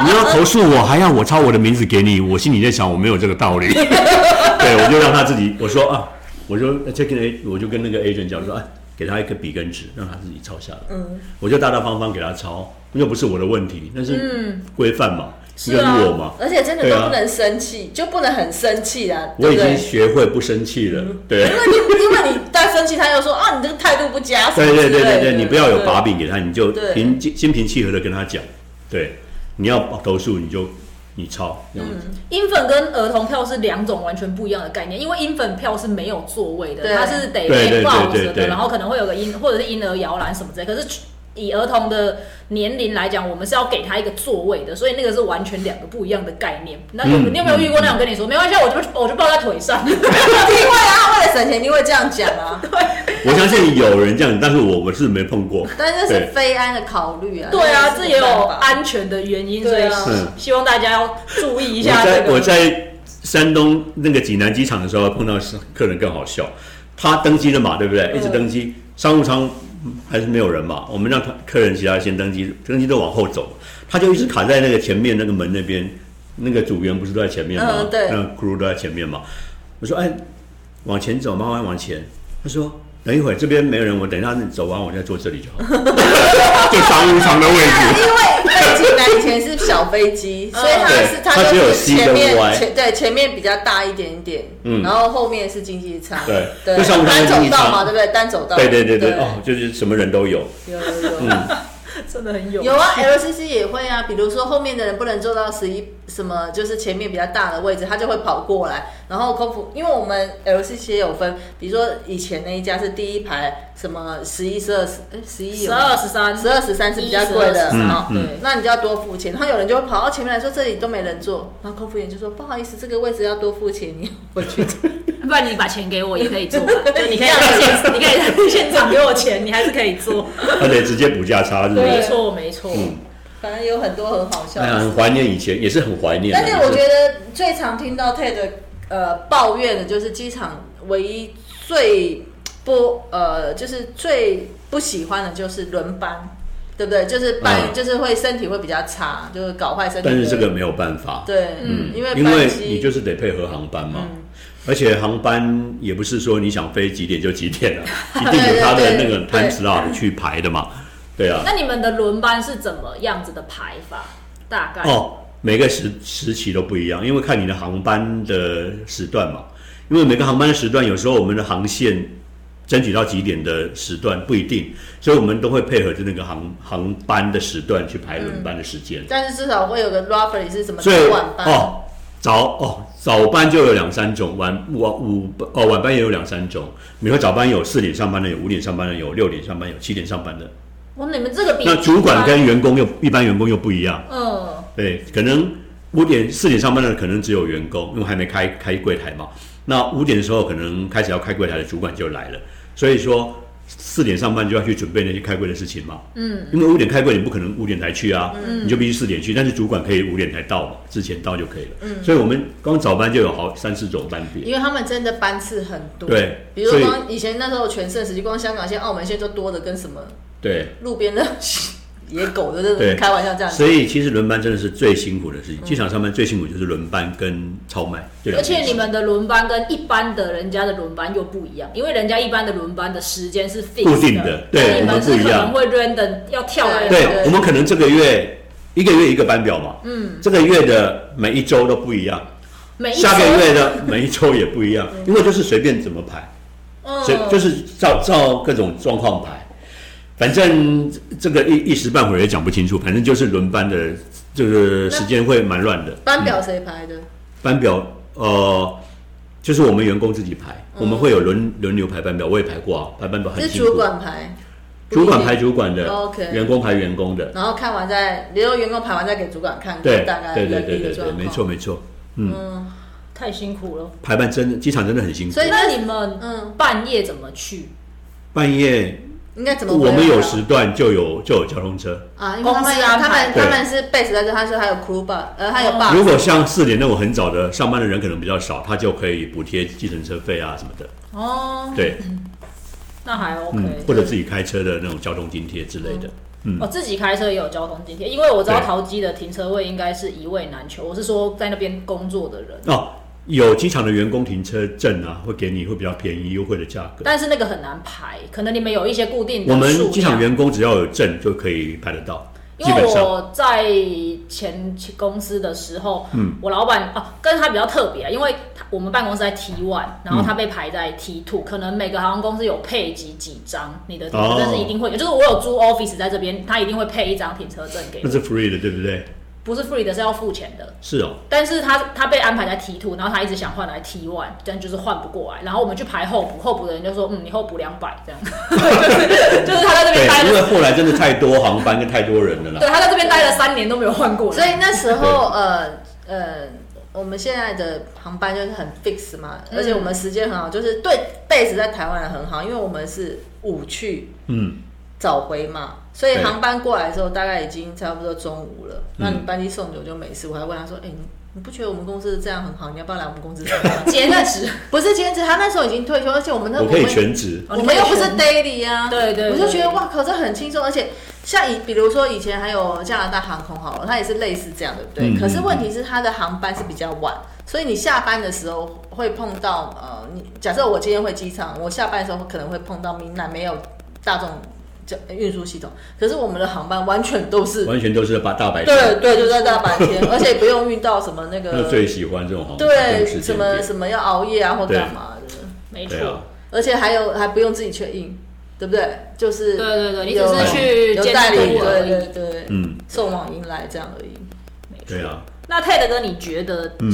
你要投诉我，还要我抄我的名字给你，我心里在想我没有这个道理。对，我就让他自己，我说啊，我就 check in A，我就跟那个 agent 讲说，哎，给他一个笔跟纸，让他自己抄下来。嗯，我就大大方方给他抄，又不是我的问题，那是规范嘛，
是
那个
啊
是我嘛。
而且真的
对
都
啊
不能生气，就不能很生气啊，
我
对
已
不
经
对？
学会不生气了，对。
因为你 因为你太生气，他又说啊，你这个态度不佳，什
对
么
对对
之类
对
的
对，你不要有把。柄给他，你就
对
平心平气和的跟他讲，对，你要投诉你就你抄这样子，
英粉跟儿童票是两种完全不一样的概念，因为英粉票是没有座位的，
对
它是得
对对
被抱
对
着
对对
的，然后可能会有个婴或者是婴儿摇篮什么之类。可是以儿童的年龄来讲，我们是要给他一个座位的，所以那个是完全两个不一样的概念。那有、
嗯
你有没有遇过那种跟你说、没关系，啊我就我就抱在腿上？
一定会啊，为了省钱一定会这样讲啊，
我相信有人这样，但是我我是没碰过，
但是这是
对，
非安的考虑啊。
对啊，
这
这
是
也
没办
有
法
安全的原因，所
对
以
啊
嗯
希望大家要注意一
我
下这
在
个。
我在山东那个济南机场的时候碰到客人更好笑，他登机了嘛，对不对？一直登机，商务舱还是没有人嘛，我们让他客人其他先登机，登机都往后走，他就一直卡在那个前面那个门那边，那个组员不是都在前面吗？
嗯对
那个 crew 都在前面嘛。我说哎，往前走，慢慢往前。他说等一会儿这边没人，我等一下走完我再坐这里就好，就商务舱的位置。
因为飞机本以前是小飞机，所以它是
对
它
它只有
就是
C
前
跟
面
Y
前对前面比较大一点点，
嗯
然后后面是经济舱，
对
对，
就像我们
单
现在经
走
济
道
舱
嘛，对不对？单走道，
对对对对，哦，就是什么人都有。
有有有。
真的很有
有啊，LCC 也会啊，比如说后面的人不能坐到十一什么，就是前面比较大的位置，他就会跑过来，然后空服，因为我们 LCC 也有分，比如说以前那一家是第一排什么十一、十二、十十一
十
有
二十三
十二、十三是比较贵的
嗯
啊，
嗯
那你就要多付钱，然后有人就会跑到前面来说这里都没人坐，然后空服员就说不好意思，这个位置要多付钱，你 回去坐。
不然你把钱给我也可以 做，就你可以在 现，你可以在现场给我钱，你还是可以做。
而且直接补价差，是不
没
是？
错，没错。
嗯
反正有很多很好笑
哎呀，
的事
很怀念以前，也是很怀念啊。
但是我觉得最常听到 Ted 的呃抱怨的就是机场唯一最不呃就是最不喜欢的就是轮班，对不对？就是班、
嗯
就是会身体会比较差，就是搞坏身体。
但是这个没有办法，
对，嗯，因为
因
班
为
机嗯
你就是得配合航班嘛。而且航班也不是说你想飞几点就 几点了、啊一定有它的那个
对对对
time slot 去排的嘛。对啊，
那你们的轮班是怎么样子的排法？大概
哦，每个时时期都不一样，因为看你的航班的时段嘛。因为每个航班的时段，有时候我们的航线争取到几点的时段不一定，所以我们都会配合着那个航航班的时段去排轮班的时间。
但是至少会有个 r a f f e r 是什么早
所以
晚班，
哦，早哦早班就有两三种，晚晚午哦晚班也有两三种。比如说早班有四点上班的，有五点上班的，有六点上班，有七点上班的。
哇，你们这个比
那主管跟员工又一般员工又不一样，
嗯
对，可能五点四点上班的可能只有员工，因为还没开开柜台嘛。那五点的时候可能开始要开柜台的主管就来了，所以说四点上班就要去准备那些开柜的事情嘛。
嗯，
因为五点开柜你不可能五点才去啊，你就必须四点去，但是主管可以五点才到嘛，之前到就可以了。嗯，所以我们光早班就有好三四种班别。
嗯
因为他们真的班次很多。
对
比如
所以
光以前那时候全盛时期，光香港线、澳门线都多的跟什么
对，
路边的 野狗的这种
对
开玩笑这样子
所。以其实轮班真的是最辛苦的
嗯
事情，机场上班最辛苦就是轮班跟超卖这两
而
件事。
且你们的轮班跟一般的人家的轮班又不一样，因为人家一般的轮班的时间是 fix
固定的对
那你们
我们
是
不一
可
样
能会 random 要跳来
对
跳
对我们可能这个月一个月一个班表嘛，嗯，这个月的每一周都不一样，
每一
下个
周
月的每一周也不一样，因为就是随便怎么排，随
嗯，
就是照照各种状况排，反正这个一一时半会儿也讲不清楚，反正就是轮班的，就是时间会蛮乱的。
班表谁排的？
班表呃，就是我们员工自己排，我们会有轮轮流排班表，我也排过啊，排班表很
是
辛苦
主。管排，
主管排主管的
OK
员工排员工的，
然后看完再，然后员工排完再给主管看，
对
大概
对对
人
对
力的
对对，
状况。
没错。没错，
太辛苦了。
排班真的机场真的很辛苦
所。以
那你们
嗯
半夜怎么去？
半夜
应该怎么回来
我
啊？
们有时段就有就有交通车，
啊，因为他
公
们
司
他
安排
们
对
他们是 base 在这，他说还有 crew bar，呃，还有
哦
bar，、
如果像四点那种很早的上班的人可能比较少，他就可以补贴计程车费啊什么的，
哦，
对，
那还 OK，、
嗯，或者自己开车的那种交通津贴之类的。
我自己开车也有交通津贴，因为我知道
对
桃机的停车位应该是一位难求。我是说在那边工作的人，
哦，有机场的员工停车证啊，会给你会比较便宜优惠的价格。
但是那个很难排，可能你们有一些固定的
我们
数
机场
量
员工只要有证就可以排得到，
因
基本
为
上
我在前公司的时候，
嗯
我老板哦、跟他比较特别，因为他我们办公室在 T one，然
嗯
后他被排在 T two，、可能每个航空公司有配几几张你的停车证，
哦
是一定会有，就是我有租 office 在这边，他一定会配一张停车证给
那
我，
是 free 的，对不对？
不是 free 的，是要付钱的。
是哦，
但是他他被安排在 T two，然后他一直想换来 T one，但就是换不过来。然后我们去排候补，候补的人就说，嗯，你候补两百这样，就是就是他在这边待
对，因为
了，
后来真的太多航班跟太多人了 啦。
对，他在这边待了三年都没有换过来，
所以那时候呃呃，我们现在的航班就是很 fix 嘛，
嗯
而且我们时间很好，就是对 base 在台湾很好，因为我们是午去
嗯。
早回嘛，所以
对嗯
航班过来的时候大概已经差不多中午了。那你班机送走就没事。我还问他说：“哎、你你不觉得我们公司这样很好？你要不要来我们公司上 班？
结那职，
不是兼职，他那时候已经退休，而且我们那
我可以全职，
我们又不是 daily 啊，
对对对
我就觉得哇靠，这很轻松，而且像以比如说以前还有加拿大航空好了，它也是类似这样，对不对？
嗯
可是问题是它的航班是比较晚，所以你下班的时候会碰到呃，你假设我今天会机场，我下班的时候可能会碰到闽南没有大众交运输系统，可是我们的航班完全都是
完全都是把大白天。
呃对对，就在大白天，而且不用遇到什么那
那
个
最喜欢这种行这种
对
时
什
间
么
点
什么要熬夜啊或
对
干嘛的。
没
对啊
错。，
而且还有还不用自己确印，对不对？就是
对对对你只
有
是去
有
监
代
督
理，
而
对
已
对对，
嗯，
送往迎来这样而已。
没错
对啊，
那 Ted 哥，你觉得
嗯，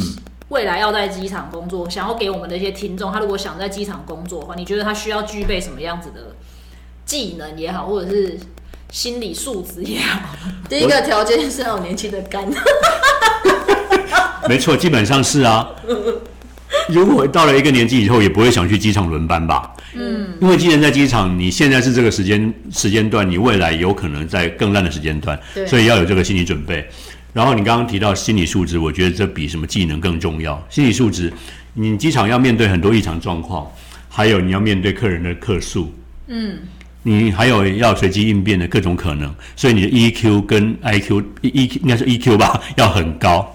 未来要在机场工作，想要给我们的一些听众，他如果想在机场工作的话，你觉得他需要具备什么样子的技能也好，或者是心理素质也好？
第一个条件是要有年轻的肝，
没错，基本上是啊。 如果到了一个年纪以后，也不会想去机场轮班吧？嗯，因为既然在机场，你现在是这个时间时间段，你未来有可能在更烂的时间段
对，
所以要有这个心理准备。然后你刚刚提到心理素质，我觉得这比什么技能更重要。心理素质，你机场要面对很多异常状况，还有你要面对客人的客诉，你还有要随机应变的各种可能，所以你的 EQ 跟 IQ，EQ E 应该是 EQ 吧，要很高，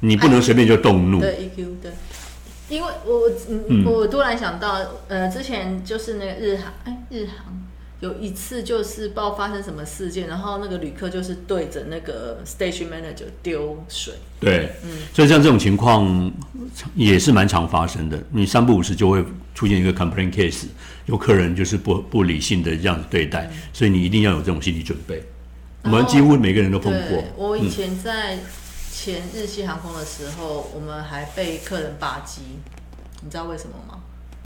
你不能随便就动怒。
对 EQ 对。因为我我嗯我突然想到，呃，之前就是那个日航，哎，日航有一次就是不知道发生什么事件，然后那个旅客就是对着那个 station manager 丢水，
对，所以像这种情况也是蛮常发生的。你三不五时就会出现一个 complaint case，有客人就是不不理性的这样子对待，所以你一定要有这种心理准备。我
然后
们几乎每个人都碰过嗯
对，，我以前在前日系航空的时候，我们还被客人霸机，你知道为什么吗？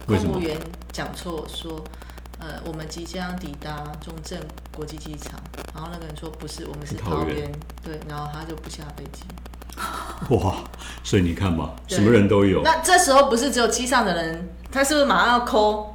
为什么
空务员讲错说，呃，我们即将抵达中正国际机场，然后那个人说不是，我们是
是桃
桃
园
园，对，然后他就不下飞机。
哇！所以你看嘛，
对
什么人都有。
那这时候不是只有机上的人，他是不是马上要 call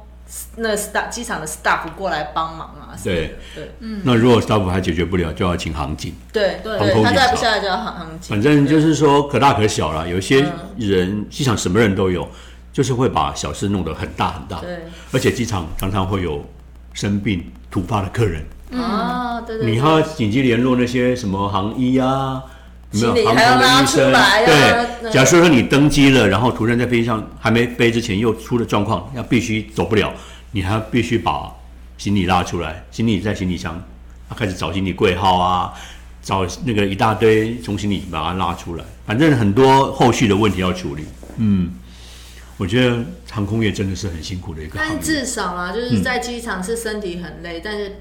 那 staff 机场的 staff 过来帮忙啊？什么的
对
对
那如果 staff 还解决不了，就要请航警。
对
对
航
对，
空
他
警
再
察
不下来就要航航机。
反正就是说可大可小
嗯
啦，有些人机场什么人都有，就是会把小事弄得很大很大。
对
而且机场常常会有生病突发的客人，
嗯
啊，对对对。
你还要紧急联络那些什么航医啊，有
行李
没有航
还要
空的
拉
医
出
生？
来啊那
对，假设说你登机了，然后突然在飞机上还没飞之前又出了状况，要必须走不了，你还要必须把行李拉出来，行李在行李箱，啊开始找行李柜号啊，找那个一大堆从行李把它拉出来，反正很多后续的问题要处理。嗯，我觉得航空业真的是很辛苦的一个
但
行
是
业。
至少啦，
嗯
就是在机场是身体很累，但是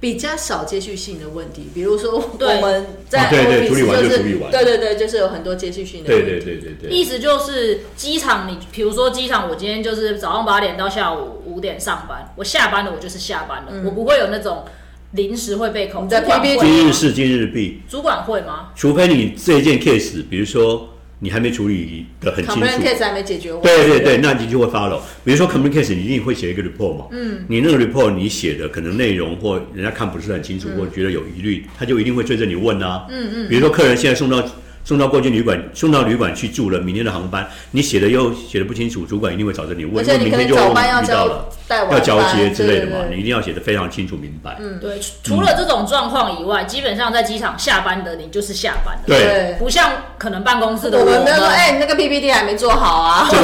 比较少接续性的问题，比如说
对
我们在
啊对对
office
处理完
就
就是处理完
对对对，就是有很多接续性的问
对
题。
对对对对。
意思就是机场你，比如说机场，我今天就是早上八点到下午五点上班，我下班了我就是下班了，我不会有那种临时会被口。
嗯你在
主管
PPT
会
今日
吗？
事今日毕，
主管会吗？
除非你这件 case，比如说你还没处理的很
c o
清
m p l a i
楚
n，case 还没解决完。
对对对，那你就会 follow。比如说 complaint case，你一定会写一个 report 嘛，嗯，你那个 report 你写的可能内容或人家看不是很清
嗯
楚，或觉得有疑虑，他就一定会追着你问啊，嗯嗯。比如说客人现在送到送到过境旅馆，送到旅馆去住了，明天的航班你写的又写的不清楚，主管一定会找着你
而
问，因
且
为
你
明
可
天
能
就
早班要
遇到
交
了。
代晚
要
班
交接之类的嘛，
对对对
你一定要写的非常清楚明白。嗯，
对，除除了这种状况以外，基本上在机场下班的你就是下班了，
对
对
不像可能办公室的
我们
们
没有说，哎，你那个 PPT 还没做好 啊。
这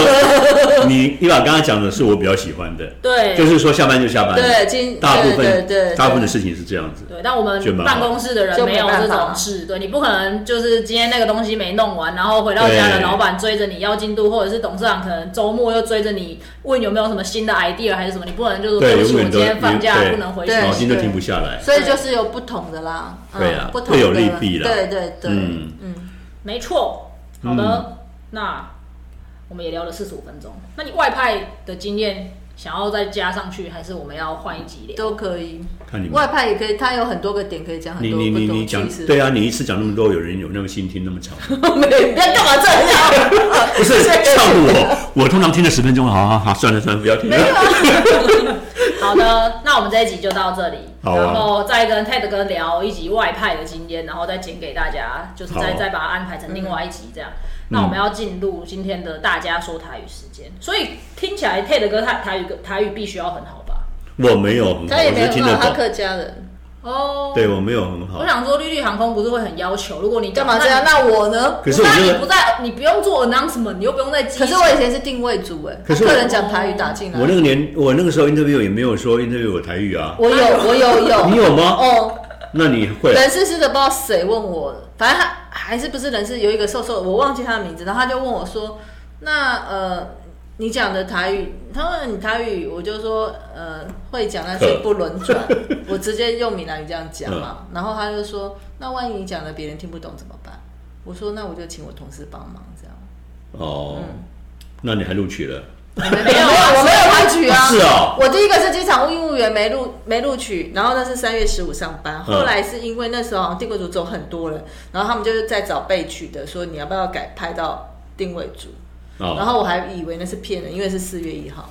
个 你你把刚刚讲的是我比较喜欢的，
对，
就是说下班就下班，
对，今
大部
对对
分
对对，
大部分的事情是这样子，
对，但我们
就蛮好
办公室的人
就
没有
没办
这
法
种
嘛
事，对你不可能就是今天那个东西没弄完，然后回到家了，
对
老板追着你要进度，或者是董事长可能周末又追着你问有没有什么新的 idea 还是什么，你不能就是说
对
对不起，
永
我
远
今天
都
放假
对
不能回去
对。
脑筋都停不下来。
所以就是有不同的啦。嗯
对啊
不同
各有
的
利弊啦
对对对，
嗯
没错，好的，那我们也聊了四十五分钟，那你外派的经验想要再加上去，还是我们要换一集聊？
都可以。
看你们
嗯外，派也可以，它有很多个点可以讲很
你
多
嗯你
不
你
同
你
的
讲
趣事。，
对啊，你一次讲那么多，有人有那么心听那么 长，
你不要干嘛这 样？
不
啊
是像我，我通常听了十分钟，好好好，算了算了，不要听了。
好的，那我们这一集就到这里，
好啊
然后再跟 Ted 哥聊一集外派的经验，然后再剪给大家，就是再、
好啊嗯
再把它安排成另外一集这样。那我们要进入今天的大家说台语时间，所以听起来 Ted 哥他台语台语必须要很好吧？
我没有很好，
他也
我
没有
是听得
闹他
懂。
客家人，
哦，
对我没有很好
我，想说绿绿航空不是会很要求，如果你
干嘛这样？？那我呢？
可是我
那
觉
你
得
不在，你不用做 announcement，你又不用在机
可是
场
我以前是定位组哎，
可是我
客人讲台语打进来，
我那个年，我那个时候 interview 也没有说 interview 有台语啊，
我有我有
你
有
有吗？
哦。
那你会？啊
人事室的不知道谁问我，反正他还是不是人事，有一个瘦瘦的，我忘记他的名字，然后他就问我说：“那呃，你讲的台语，他问你台语，我就说呃会讲，但是不轮转，我直接用闽南语这样讲嘛。然后他就说：“那万一你讲的别人听不懂怎么办？”我说：“那我就请我同事帮忙这样。
哦，那你还录取了？”
没有，啊我没有录取啊。
是哦，
我第一个是机场务务员没录没录取，然后那是三月十五上班。
嗯
后来是因为那时候好像定位组走很多人，然后他们就是在找被取的，说你要不要改派到定位组。然
哦，
后我还以为那是骗人，因为是四月一号，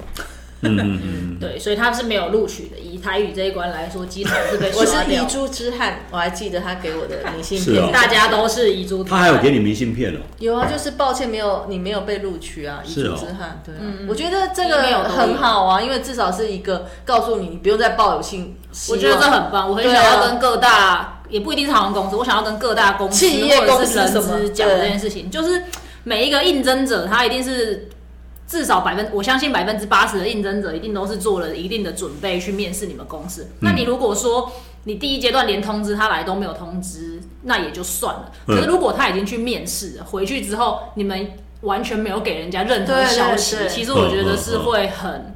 嗯嗯嗯，
对，所以他是没有录取的。以台语这一关来说，机场是被
我是
刷掉
遗。珠之憾，我还记得他给我的明信
是哦
片。
大家都是遗珠之
他
憾。
还有给你明信片哦，
有啊，就是抱歉没有你没有被录取啊，遗
是哦
珠之憾。对啊，我觉得这个
嗯没有都有
很好啊，因为至少是一个告诉你，你不用再抱有信。
我觉得这很棒，我很想
对啊
要跟各大，也不一定是航空公司，我想要跟各大公司
企业公
或者
司
是人
什么
资讲这件事情，就是每一个应征者，他一定是至少百分，我相信百分之八十的应征者一定都是做了一定的准备去面试你们公司。
嗯
那你如果说你第一阶段连通知他来都没有通知，那也就算了。
嗯
可是如果他已经去面试了，回去之后你们完全没有给人家任何
对对
消息，
对
其实我觉
嗯
得
嗯
是
嗯
会很。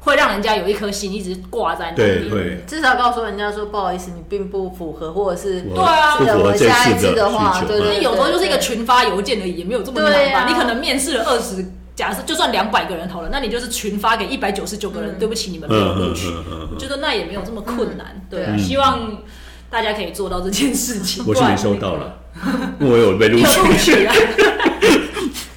会让人家有一颗心一直挂在那
对
里，
会，
至少告诉人家说不好意思，你并不符合，或者是
我
对啊
不符合这
下一
次
次的话
需求，
对
那
对
有时候就是一个群发邮件而已，也没有这么难
对
吧？
啊
你可能面试了二十，假设就算两百个人好了，那你就是群发给一百九十九个人，对不起，你们没有
嗯
录
嗯
取。
嗯嗯
我
嗯，
觉得那也没有这么困难，对啊，
嗯
希望大家可以做到这件事情。
嗯我是没收到了，我有被录
有录
取，
取啊，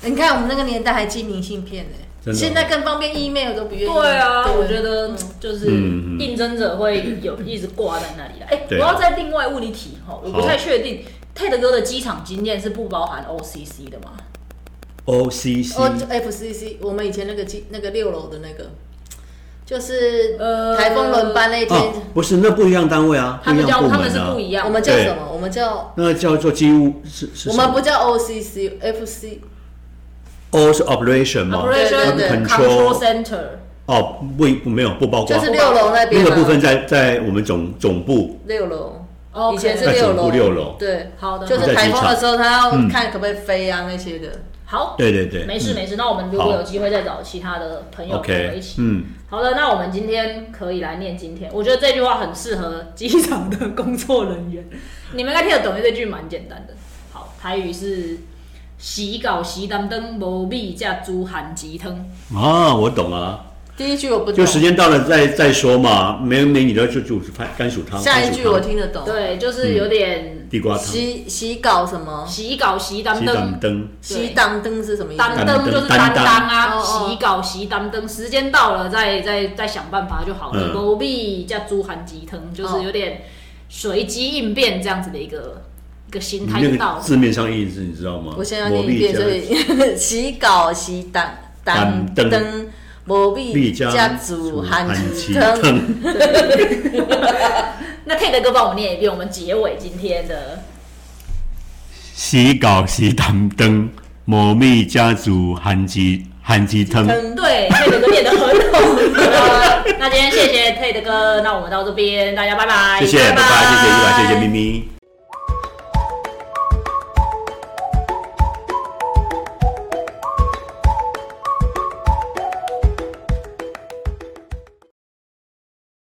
你看我们那个年代还寄明信片呢、
真的哦
现在更方便，email 都不愿意。
对啊，我觉得就是
嗯嗯
应征者会有一直挂在那里啦。哎，我
对啊
要再另外问一题哈，我不
好
太确定 Ted 哥的机场经验是不包含 OCC 的吗？
哦
OCC
，FCC，我们以前那个机那个六楼的那个，就是
呃
台风轮班那一天，
哦，不是，那不一样单位啊，
他
不一
们
样
叫
部
他们
门
是
啊
不，一样，
我们叫什么？我们叫
那叫做机务是是
我
什
们
么
不叫 OCC，FC
O 是 operation 吗
对
Operation
对对
Control Center。
哦，不不没有不包括
就，是六楼那边
那
嘛
个部分在在我们总总部，
六楼。
OK
以前是
在
六
总
楼，
部六楼
对，
好的
就是
在
台
机
风
场
的时候，他要
嗯
看可不可以飞啊那些的。
好，
对对对，
没事没事。那我们如
好
果有机会再找其他的朋友跟我一
，OK，
起。
嗯，
好的，那我们今天可以来念今天，我觉得这句话很适合机场的工作人员， 你们应该听得懂，因为这句蛮简单的。好，台语是“洗搞洗担灯，无米加煮韩鸡汤
啊，我懂啊，
第一句我不懂，
就时间到了再再说嘛，没没你的就煮番甘薯汤，
下一句
甘薯
我
汤
听得”，懂。
对，就是有点
地瓜汤，鸡
洗洗稿什么？
洗搞洗担
蛋
灯。
灯，
洗当灯是什么意
担
思？
灯就是担当啊，
担当
洗搞洗担灯，时间到了再再再想办法就好了。
嗯
不必加猪含鸡汤，就是有点随机应变这样子的一个一个心态
你
就
那
到
个
了。
字面上意思你知道吗？
我现在要念一遍，所以 洗稿洗当当
担
灯，无
必
必
加
加
煮
煮
韩
韩
鸡
鸡
汤
汤。，
那 Ted 哥帮我念一遍我们结尾今天的
洗稿洗蛋灯，磨蜜家族韩鸡韩鸡汤，
对 Ted 哥念的很好。 那今天谢谢 Ted 哥，那我们到这边，大家拜拜，
谢谢，拜拜，谢谢依兰，谢谢咪咪。